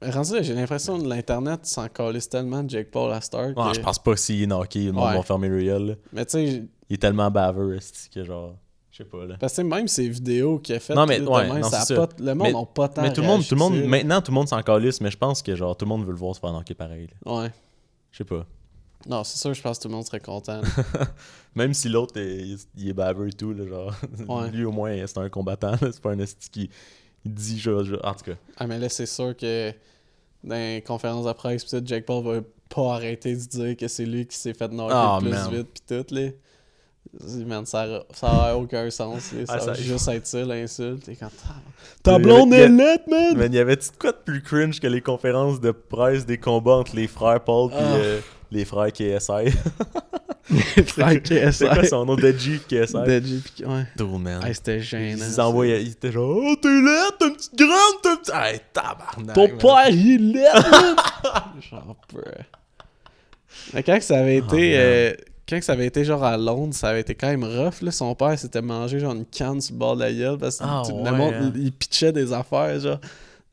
Rendu là, j'ai l'impression que l'Internet s'en calisse tellement de Jake Paul à Star. Ah, je pense pas que s'il est knocké, le monde Ouais. va fermer le gueule, là. Mais tu sais, Il est tellement baveux, esti, que genre. Je sais pas, là. parce que même ses vidéos qu'il a faites, Non, mais là, ouais, demain, non, ça c'est a ça. pas- le monde Mais- n'a pas tant Mais tout le monde, réagi tout le monde, que ça, là. maintenant tout le monde s'en calisse, mais je pense que genre tout le monde veut le voir se faire knocker pareil. là. Ouais. Je sais pas. Non, c'est sûr, je pense que tout le monde serait content. Même si l'autre est- il, est baveux et tout, là, genre. Ouais. Lui au moins c'est un combattant, là, c'est pas un esti qui il dit genre, genre- En tout cas. ah, mais là, c'est sûr que dans les conférences de presse, pis tout, Jake Paul va pas arrêter de dire que c'est lui qui s'est fait knocker Ah, le plus man. vite, pis tout, là. Dis, Man, ça a- ça a aucun sens. là. Ça Ah, ça- va juste être ça, l'insulte. T'es content. Ta Ta blonde blonde est est lettre, man! Mais il y avait tu de quoi de plus cringe que les conférences de presse des combats entre les frères Paul puis Ah. euh, les frères KSI. Frank c'est quoi KSI. son nom Deji KSI? De JP, ouais. Dude, man. Hey, c'était gênant. Ils ça. envoyaient, ils étaient genre, oh, t'es là, t'es une petite grande, t'es une petite. Hey, tabarnak. Ton man. père, il est laid, man! Genre, bruh. Mais quand que ça avait Oh, euh. man. été. euh, quand que ça avait été genre à Londres, ça avait été quand même rough. Là. Son père s'était mangé genre une canne sur le bord de la gueule parce que Ah, tout ouais, le monde hein. il pitchait des affaires. genre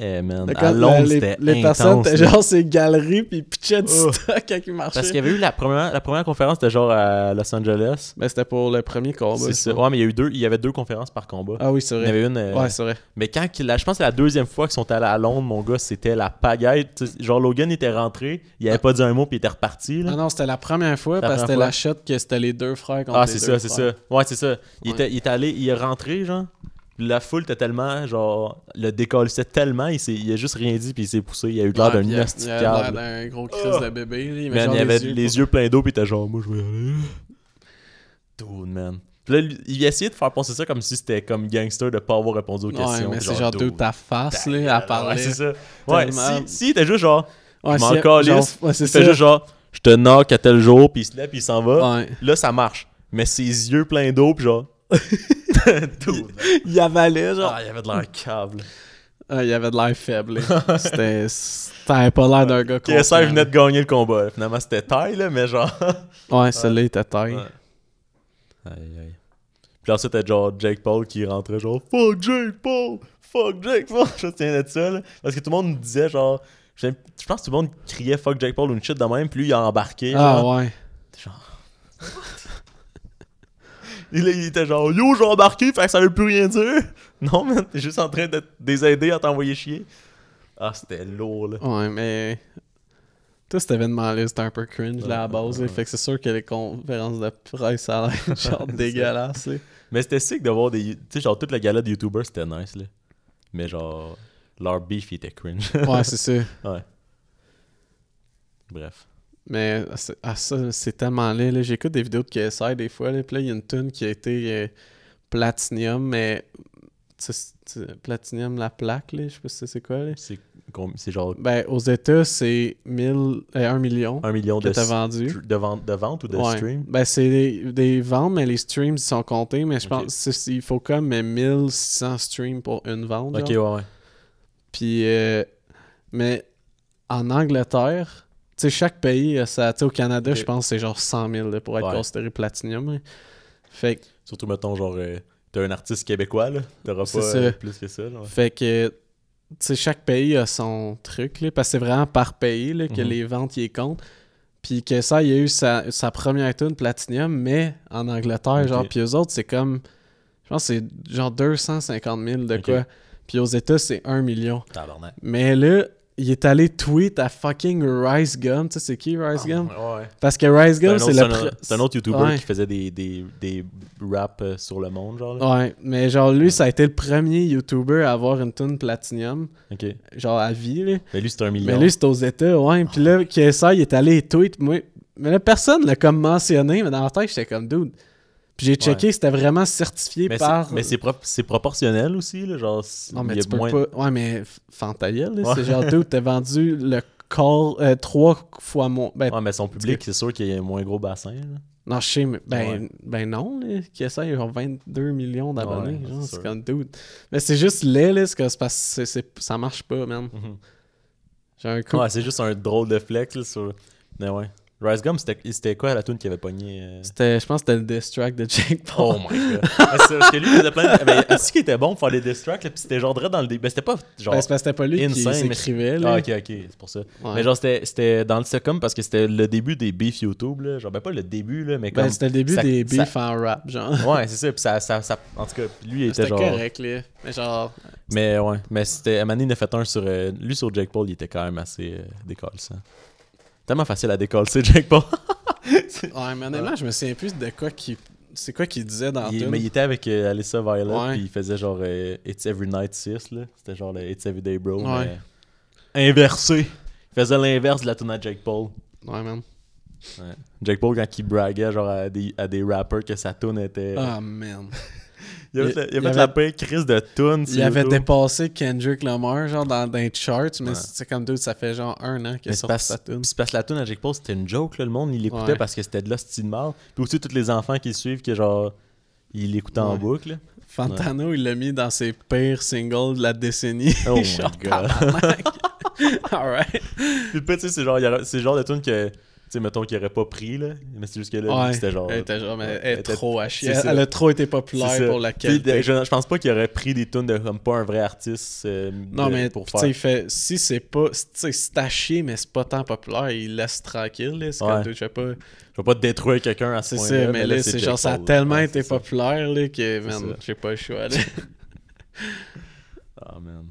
Eh, man, Là, à quand Londres, les- c'était Les personnes intense. étaient là. genre ces galeries puis ils pitchaient du Oh. stock quand ils marchaient. Parce qu'il y avait eu la première, la première conférence, c'était genre à Los Angeles. Ben, c'était pour le premier combat. C'est Ah, ça. Ouais, mais il y, a eu deux, il y avait deux conférences par combat. Ah oui, c'est il y en vrai. avait une. euh, Ouais, c'est vrai. Mais quand, qu'il- la- je pense que c'est la deuxième fois qu'ils sont allés à Londres, mon gars, c'était la pagaille. Tu sais, Genre, Logan était rentré, il avait pas dit un mot, puis il était reparti. là. Non, non, c'était la première fois La parce que c'était première la shot que c'était les deux frères contre Ah, les c'est deux ça, c'est frères. ça. Ouais, c'est ça. Il, Ouais. Était, il est allé, il est rentré, genre. puis La foule était tellement, genre, le décollissait tellement, il, s'est- il a juste rien dit, puis il s'est poussé. Il a eu l'air Ouais, d'un Ah, puis il a- nasty Il a l'air câble. d'un gros crise Oh. de bébé. là, Il, met Man, genre il avait les les yeux yeux, pour- pleins d'eau, puis il était genre, moi, je vais y aller. Dude, man. Puis là, lui- il a essayé de faire passer ça comme si c'était comme gangster de pas avoir répondu aux Ouais, questions. mais puis c'est genre deux dude, ta face, là, à Ouais, parler. c'est ça. Ouais, Tellement- si, si, il était juste genre, Ouais, je m'en c'est- calisse. genre, ouais, c'est il fait ça. juste genre, je te knock à tel jour, puis il se lève, puis il s'en va. Ouais. Là, ça marche. Mais ses yeux pleins d'eau, puis genre. Dude, Il avalait, genre. ah, il avait de l'air câble. Ah, il avait de l'air faible. là. C'était. C'était pas l'air d'un gars confiant, KSI venait là. de gagner le combat. là. Finalement, c'était taille, là, mais genre. Ouais, celui-là, il était Ah, taille. Ouais. Aïe, aïe. Puis là, ensuite, t'as genre Jake Paul qui rentrait genre Fuck Jake Paul! Fuck Jake Paul! Je me souviens de ça, là. Parce que tout le monde nous disait genre. Je je pense que tout le monde criait Fuck Jake Paul ou une shit de même, puis lui, il a embarqué. Ah genre. ouais. Il, il était genre Yo, j'ai embarqué, fait que ça veut plus rien dire. Non, mais t'es juste en train de les aider à t'envoyer chier. Ah, c'était lourd, là. Ouais, mais. Tout cet événement-là, c'était un peu cringe là, à la base. là. Fait que c'est sûr que les conférences de presse, ça a l'air genre dégueulasse. là. Mais c'était sick de voir des. Tu sais, genre, toute la gala de YouTubers, c'était nice, là. Mais genre, leur beef, il était cringe. Ouais, c'est ça. ouais. Bref. Mais c'est- ah, ça, c'est tellement laid. là. J'écoute des vidéos de KSI des fois. Là, puis là, il y a une tune qui a été euh, Platinium, mais. tu sais, c'est- Platinium, la plaque, là, je sais pas si c'est quoi. Là. C'est com- c'est genre Ben, aux États, c'est 1000, euh, 1 million 1 million que de, t'as s- vendu. de, vente, de vente ou de Ouais. stream. Ben, c'est des, des ventes, mais les streams, ils sont comptés. Mais je Ok. pense que c'est- il faut comme euh, 1600 streams pour une vente. Ok, genre. ouais, ouais. Puis, euh, mais en Angleterre, tu sais, chaque pays a sa. Tu sais, au Canada, Ok. je pense que c'est genre 100 000 là, pour être Ouais. considéré platinium. hein. Fait, que- Surtout, mettons, genre, euh, t'as un artiste québécois, là. T'auras C'est pas euh, ça. plus que ça, là. ouais. fait que, tu sais, chaque pays a son truc, là, parce que c'est vraiment par pays là, que Mhm. les ventes y comptent. Puis que ça, il y a eu sa, sa première tune platinium, mais en Angleterre, Ok. genre, puis eux autres, c'est comme. Je pense que c'est genre 250 000 de Ok. quoi. Puis aux États, c'est 1 million. Tabarnak. Mais là, il est allé tweet à fucking Rice Gum. Tu sais, c'est qui Rice Gum? Ah, Ouais. Parce que Rice C'est un Gum, autre- c'est C'est le. un, pre- c'est un autre YouTuber Ouais. qui faisait des, des, des raps euh, sur le monde, genre, là. Ouais, mais genre, lui, ça a été le premier YouTuber à avoir une tune platinium, Ok. genre à vie, là. Mais lui, c'est un million. Mais lui, c'était aux États, ouais. Puis là, KSI, il est allé tweet. Moi... Mais là, personne l'a comme mentionné, mais dans la tête, j'étais comme dude. Puis j'ai checké, c'était vraiment certifié Mais c'est- par. mais c'est pro- c'est proportionnel aussi, là. Genre, c'est- Non, il mais y a tu peux moins- pas. Ouais, mais f- Fantaïel, là, c'est Ouais. genre, dude, t'as vendu le call euh, trois fois moins. Ben, Ouais, mais son public, c'est sûr qu'il y a un moins gros bassin. là. Non, je sais, mais ben, Ouais. ben non, là, KSI, ils ont 22 millions d'abonnés. Ouais, genre, c'est c'est sûr. comme dude. Mais c'est juste laid, là, c'est que c'est parce que c'est- c'est- ça marche pas, man. Mhm. J'ai un coup. Ouais, c'est juste un drôle de flex, là, sur... Mais ouais. Rice Gum, c'était c'était quoi la tune qui avait pogné... euh? C'était, je pense que c'était le diss track de Jake Paul. Ben, Oh my god. Mais c'est parce que lui, il faisait plein de... Mais est-ce qu'il était bon pour faire les diss tracks, là, puis c'était genre direct dans le début. Mais c'était pas genre... Ben, c'est parce que c'était pas lui qui insane, mais- s'écrivait, là. Ah, ok, ok, c'est pour ça. Ouais. Mais genre, c'était- c'était dans le second parce que c'était le début des beefs YouTube, là. Genre, ben pas le début, là, mais comme... Ben, c'était le début ça- des ça- beefs en rap, genre. Ouais, c'est ça, puis ça, ça, ça- En tout cas, puis lui, il était C'était genre... correct, là. Mais genre, Mais ouais, mais c'était... Manny en a fait un sur... euh, Lui, sur Jake Paul, il était quand même assez euh, décalçant. Tellement facile à décalcer, Jake Paul. ouais, mais honnêtement, je me souviens plus de quoi qui. C'est quoi qu'il disait dans Il- tout. mais il était avec euh, Alyssa Violet, Ouais. puis il faisait genre euh, It's Every Night 6, là. C'était genre le It's Every Day Bro, Ouais. mais inversé. Il faisait l'inverse de la tune à Jake Paul. Ouais, man. Jake Paul, quand il braguait genre à des, à des rappers que sa tune était... Ah, man. il avait, il- fait- il il avait fait avait- la pire crise de tune Il avait dépassé Kendrick Lamar, genre, dans, dans les charts, mais Ouais. c'est comme deux, ça fait genre un an qu'il a Mais c'est sorti parce, sa tune. puis c'est parce que la tune à Jake Paul, c'était une joke, là. le monde il l'écoutait Ouais. parce que c'était de l'hostie de mal. Puis aussi, tous les enfants qui le suivent, que genre, ils l'écoutaient en Ouais. boucle. là. Fantano, il l'a mis dans ses pires singles de la décennie. Oh my Genre, God. tabarnak. All right. Puis le pire, tu sais, c'est genre, il y a- c'est le genre de tune que sais, mettons qu'il aurait pas pris, là. Mais c'est juste que là, Ouais. c'était genre. Elle était genre, mais Ouais, elle est elle était- trop à chier. c'est Elle, ça. elle a trop été C'est populaire ça. pour la Puis, qualité. je, je pense pas qu'il aurait pris des tunes de comme pas un vrai artiste euh, Non, de- mais pour tu faire. sais, il fait, si c'est pas. Tu sais, c'est à chier, mais c'est pas tant populaire, il laisse tranquille. là. C'est Ouais. comme, je sais pas. Je vais pas détruire quelqu'un à ce C'est point-là. ça, mais là, c'est Jack genre, ça a Paul, là. tellement Ouais, été c'est ça. populaire là, que, ça. man, j'ai pas le choix. là. Ah, man.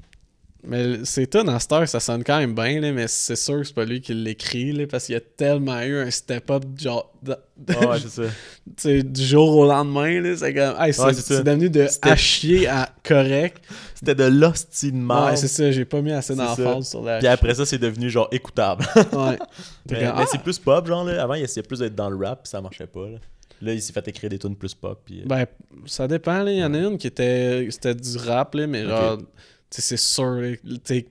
mais c'est tout dans Star, ça sonne quand même bien, là, mais c'est sûr que c'est pas lui qui l'écrit, là, parce qu'il y a tellement eu un step-up, genre. de- de- Ah, ouais, c'est ça. tu sais, du jour au lendemain, là, c'est comme. Hey, c'est Ouais, c'est ça. c'est devenu de C'était- à chier à correct. C'était de l'hostie de merde. Ouais, c'est ça, j'ai pas mis assez Ah C'est ça. d'emphase sur la. Puis après ça, c'est devenu genre écoutable. Ouais. T'es mais comme, mais ah! c'est plus pop, genre, là. Avant, il essayait plus d'être dans le rap, puis ça marchait pas, là. Là, il s'est fait écrire des tunes plus pop. Puis, euh, Ben, ça dépend, là. Il y en a une qui était, c'était du rap, là, mais genre, tu sais, c'est sûr, là, tu sais,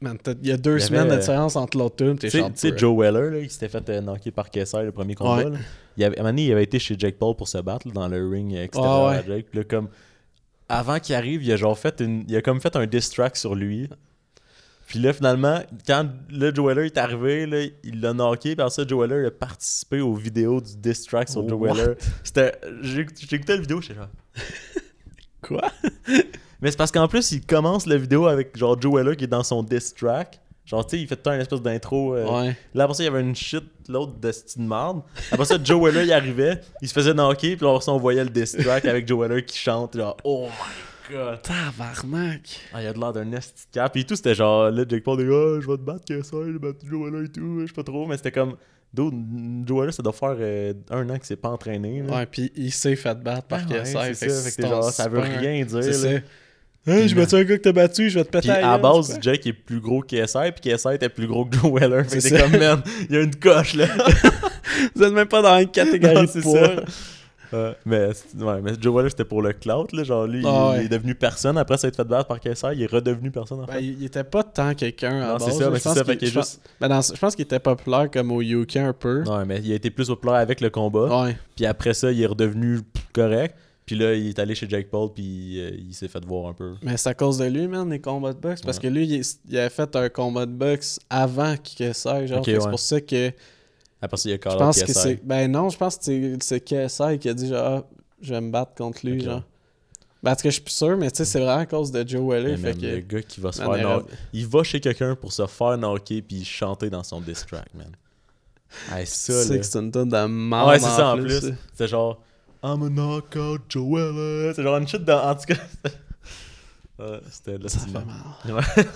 man, t'as- il y a deux Il y semaines avait, euh, de différence entre l'autre tune, t'es tu sais- genre. tu sais, bro. Joe Weller, là, qui s'était fait euh, knocker par Kessler le premier combat, Ouais. là. Il avait, à un moment donné, il avait été chez Jake Paul pour se battre là, dans le ring extérieur Ah ouais. à Jake. Puis là, comme, avant qu'il arrive, il a genre fait une, il a comme fait un diss track sur lui. Puis là, finalement, quand le Joe Weller est arrivé, là, il l'a knocké. Puis ça, Joe Weller a participé aux vidéos du diss track sur Joe What? Weller. C'était, j'ai j'ai écouté la vidéo, j'étais genre. Quoi? Mais c'est parce qu'en plus, il commence la vidéo avec genre Joe Weller qui est dans son diss track. Genre, tu sais, il fait tout un espèce d'intro. euh, Ouais. Là, après ça, il y avait une shit, l'autre de style de merde. Après ça, Joe Weller, il arrivait, il se faisait knocker, puis là, après ça, on voyait le diss track avec Joe Weller qui chante, genre, oh my god. Tabarnak. Ah, il a de l'air d'un esti de cap. Puis tout, c'était genre, là, Jake Paul, dit, ah, je vais te battre, que ça, je vais battre Joe Weller et tout, je sais pas trop, mais c'était comme, dude, Joe Weller, ça doit faire euh, un an qu'il s'est pas entraîné. là. Ouais, pis il s'est fait battre par Mm. Ah Ouais, c'est que ça, fait que ça, fait que c'est t'es genre, ton ça veut super- rien dire, C'est là. euh, ça. Hey, je battu un gars que t'as battu, je vais te péter Puis à gueule, base, c'est quoi? Jake est plus gros qu'SR, puis qu'SR était plus gros que Joe Weller. Fait que C'est t'es ça. comme, man, il y a une coche, là. Vous êtes même pas dans une Non, catégorie c'est de poids. ça. Euh, mais, c'est- ouais, mais Joe Weller, c'était pour le clout. Là, genre, lui, il- Ah ouais. il, est devenu personne. Après s'être fait battre par Kessler, il est redevenu personne. En Ben, fait. il il était pas tant quelqu'un à Non, c'est base, ça, là. mais Je c'est pense ça, fait qu'il- qu'il est je pense- ben, dans- Je pense qu'il était populaire comme au UK un peu. Non, mais il a été plus populaire avec le combat. Ouais. Puis après ça, il est redevenu correct. Puis là, il est allé chez Jake Paul, puis euh, il s'est fait voir un peu. Mais c'est à cause de lui, man, les combats de boxe. Parce que lui, il, est- il avait fait un combat de boxe avant que ça. Genre, Ok, Fait que ouais. c'est pour ça que Après ça, il a call je out pense que KSI. c'est. Ben non, je pense que c'est- c'est KSI qui a dit genre, Ah, je vais me battre contre lui, Ok. Mm. genre. Ben, parce que je suis plus sûr, mais tu sais, c'est vraiment à cause de Joe Weller. Mais Fait man, Le que. gars qui va se Man, faire il knock- rêve. Il va chez quelqu'un pour se faire knocker, puis chanter dans son diss track, man. Hey, Tu ça, sais là. que c'est une tonne de merde. Ouais, c'est ça en plus. là. C'est genre I'm a knockout Joella. C'est genre une shit dans. En tout cas. c'était- Ouais, c'était là. Ça fait Ouais.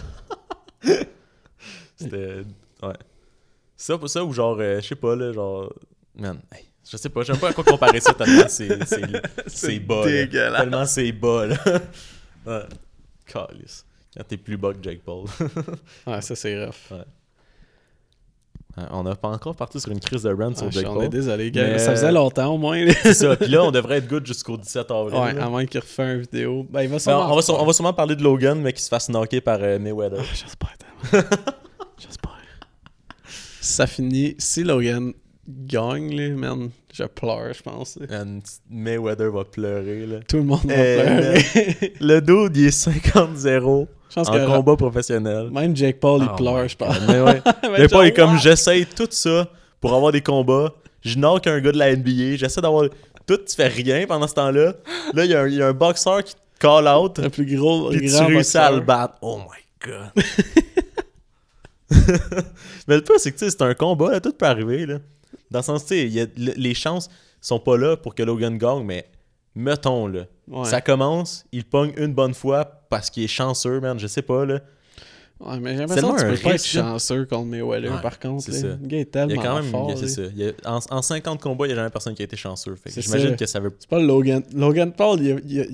c'était. Ouais. Ça, pour ça, ou genre, euh, je sais pas, là, genre. Man, hey, je sais pas, j'aime pas à quoi comparer ça tellement c'est. C'est, c'est bas. là. dégueulasse. Tellement c'est bas, là. ouais. Calice. Quand t'es plus bas que Jake Paul. Ouais, ça, c'est Ah, rough. Ouais, Euh, on a pas encore parti sur une crise de rant Ah, sur je- Jake on est Paul. désolé, gars. Mais- Ça faisait longtemps au moins. là. C'est ça. Puis là, on devrait être good jusqu'au 17 avril. ouais, là. à moins qu'il refait une vidéo. Ben, il va Ben, sûrement. on, va sûrement- on va sûrement parler de Logan, mais qui se fasse knocker par euh, Mayweather. Ah, J'espère tellement. J'espère. Ça finit. Si Logan gagne, là, man, je pleure, je pense. là. And Mayweather va pleurer. Là. Tout le monde va Eh, pleurer. Le dude, il est 50-0 je en pense que combat professionnel. même Jake Paul, il Oh pleure, my je pense. Mais ouais. Mais Le genre, point est comme what? j'essaye tout ça pour avoir des combats. Je knock un gars de la NBA. J'essaie d'avoir. Tout, tu fais rien pendant ce temps-là. Là, il y, a un- il y a un boxeur qui te call out. Le plus gros, Puis tu grand réussis à boxeur. le battre. Oh my god. Mais le plus, c'est que tu sais, c'est un combat, là, tout peut arriver. Là. Dans le sens, tu sais, il y a- le- les chances sont pas là pour que Logan gagne, mais mettons, là, Ouais. ça commence, il pogne une bonne fois parce qu'il est chanceux, man, je sais pas, là. Ouais, mais j'ai C'est l'impression tellement que tu un peux pas être risque, ça. chanceux contre Mayweather, Ouais, par contre. c'est là. ça. Le gars est Il y tellement a quand même, fort. il y a- là. c'est ça. Il y a- en, en 50 combats, il y a jamais personne qui a été chanceux. Fait que C'est j'imagine ça. que ça veut... C'est pas Logan. Logan Paul, il a, il, a,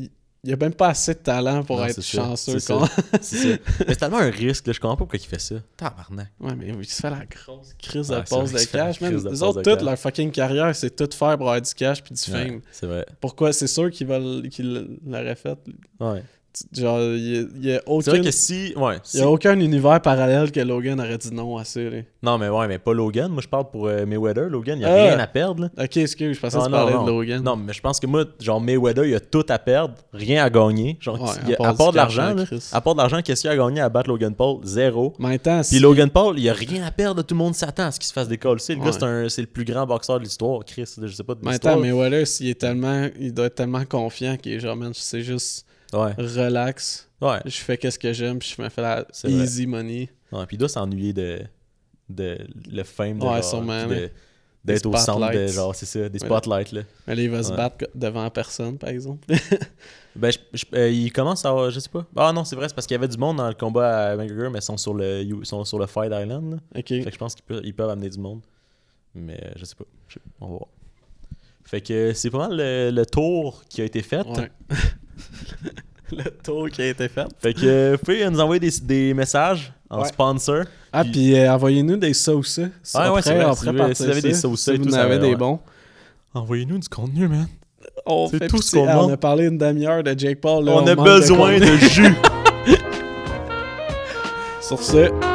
il a même pas assez de talent pour Non, être c'est ça, chanceux c'est contre. ça, c'est ça. Mais c'est tellement un risque, là, je comprends pas pourquoi il fait ça. Tabarnak. Ouais, mais il se fait la grosse crise Ouais, de c'est vrai passe qu'il de se fait la cash, man. crise de Les passe autres, de toute cash. leur fucking carrière, c'est tout faire pour avoir du cash puis du Ouais, fame. c'est vrai. Pourquoi? C'est sûr qu'ils veulent qu'ils l'auraient fait. Ouais. Tu- Genre, il n'y a, C'est aucun- vrai que si. Ouais. il si- y a aucun univers parallèle que Logan aurait dit non à ça. là. Non, mais ouais, mais pas Logan. Moi, je parle pour euh, Mayweather. Logan, il a Ah. rien à perdre. là. Ok, excuse, je pensais que Ah, tu non, parlais non. de Logan. Non, mais je pense que moi, genre Mayweather, il a tout à perdre, rien à gagner. Genre, Ouais, il a- à part à, du part de cash, l'argent, hein, là, Chris. à part de l'argent, qu'est-ce qu'il a gagné à battre Logan Paul Zéro. Mais en même temps, Puis si- Logan Paul, il a rien à perdre, tout le monde s'attend à ce qu'il se fasse décoller. C'est le Ouais. gars, c'est un- c'est le plus grand boxeur de l'histoire, Chris. Je sais pas de mais en même l'histoire. temps, mais Wallace, il est tellement. Il doit être tellement confiant qu'il est genre, man, c'est juste Ouais, relax. ouais. Je fais qu'est-ce que j'aime, puis je me fais la C'est vrai. easy money. Ouais, puis il doit s'ennuyer de, de le fame de Ouais, genre, sûrement, puis de- mais- d'être des au centre de spotlights. genre, c'est ça, des Mais là- spotlights là. Mais là, il va se Ouais. battre devant personne, par exemple. Ben, je- je- euh, il commence à avoir- je sais pas. Ah non, c'est vrai, c'est parce qu'il y avait du monde dans le combat à McGregor, mais ils sont sur le, ils sont sur le Fight Island. là. ok. Fait que je pense qu'ils peuvent, ils peuvent amener du monde. Mais euh, je sais pas. Je sais pas. On va voir. Fait que c'est pas mal le, le tour qui a été fait. Ouais. Le tour qui a été fait. Fait que euh, vous pouvez nous envoyer des, des messages en Ouais. sponsor. Ah, Puis- puis euh, envoyez-nous des sauces. Ouais, ouais, c'est vrai, si après, vous voulez- si vous avez des sauces si et vous tout, en ça avez va, des ouais. bons. Envoyez-nous du contenu, man. On C'est fait tout tout ce qu'on Ah, on manque. a parlé une demi-heure de Jake Paul. là, on, a manque de besoin contenu. de jus. Sur ce,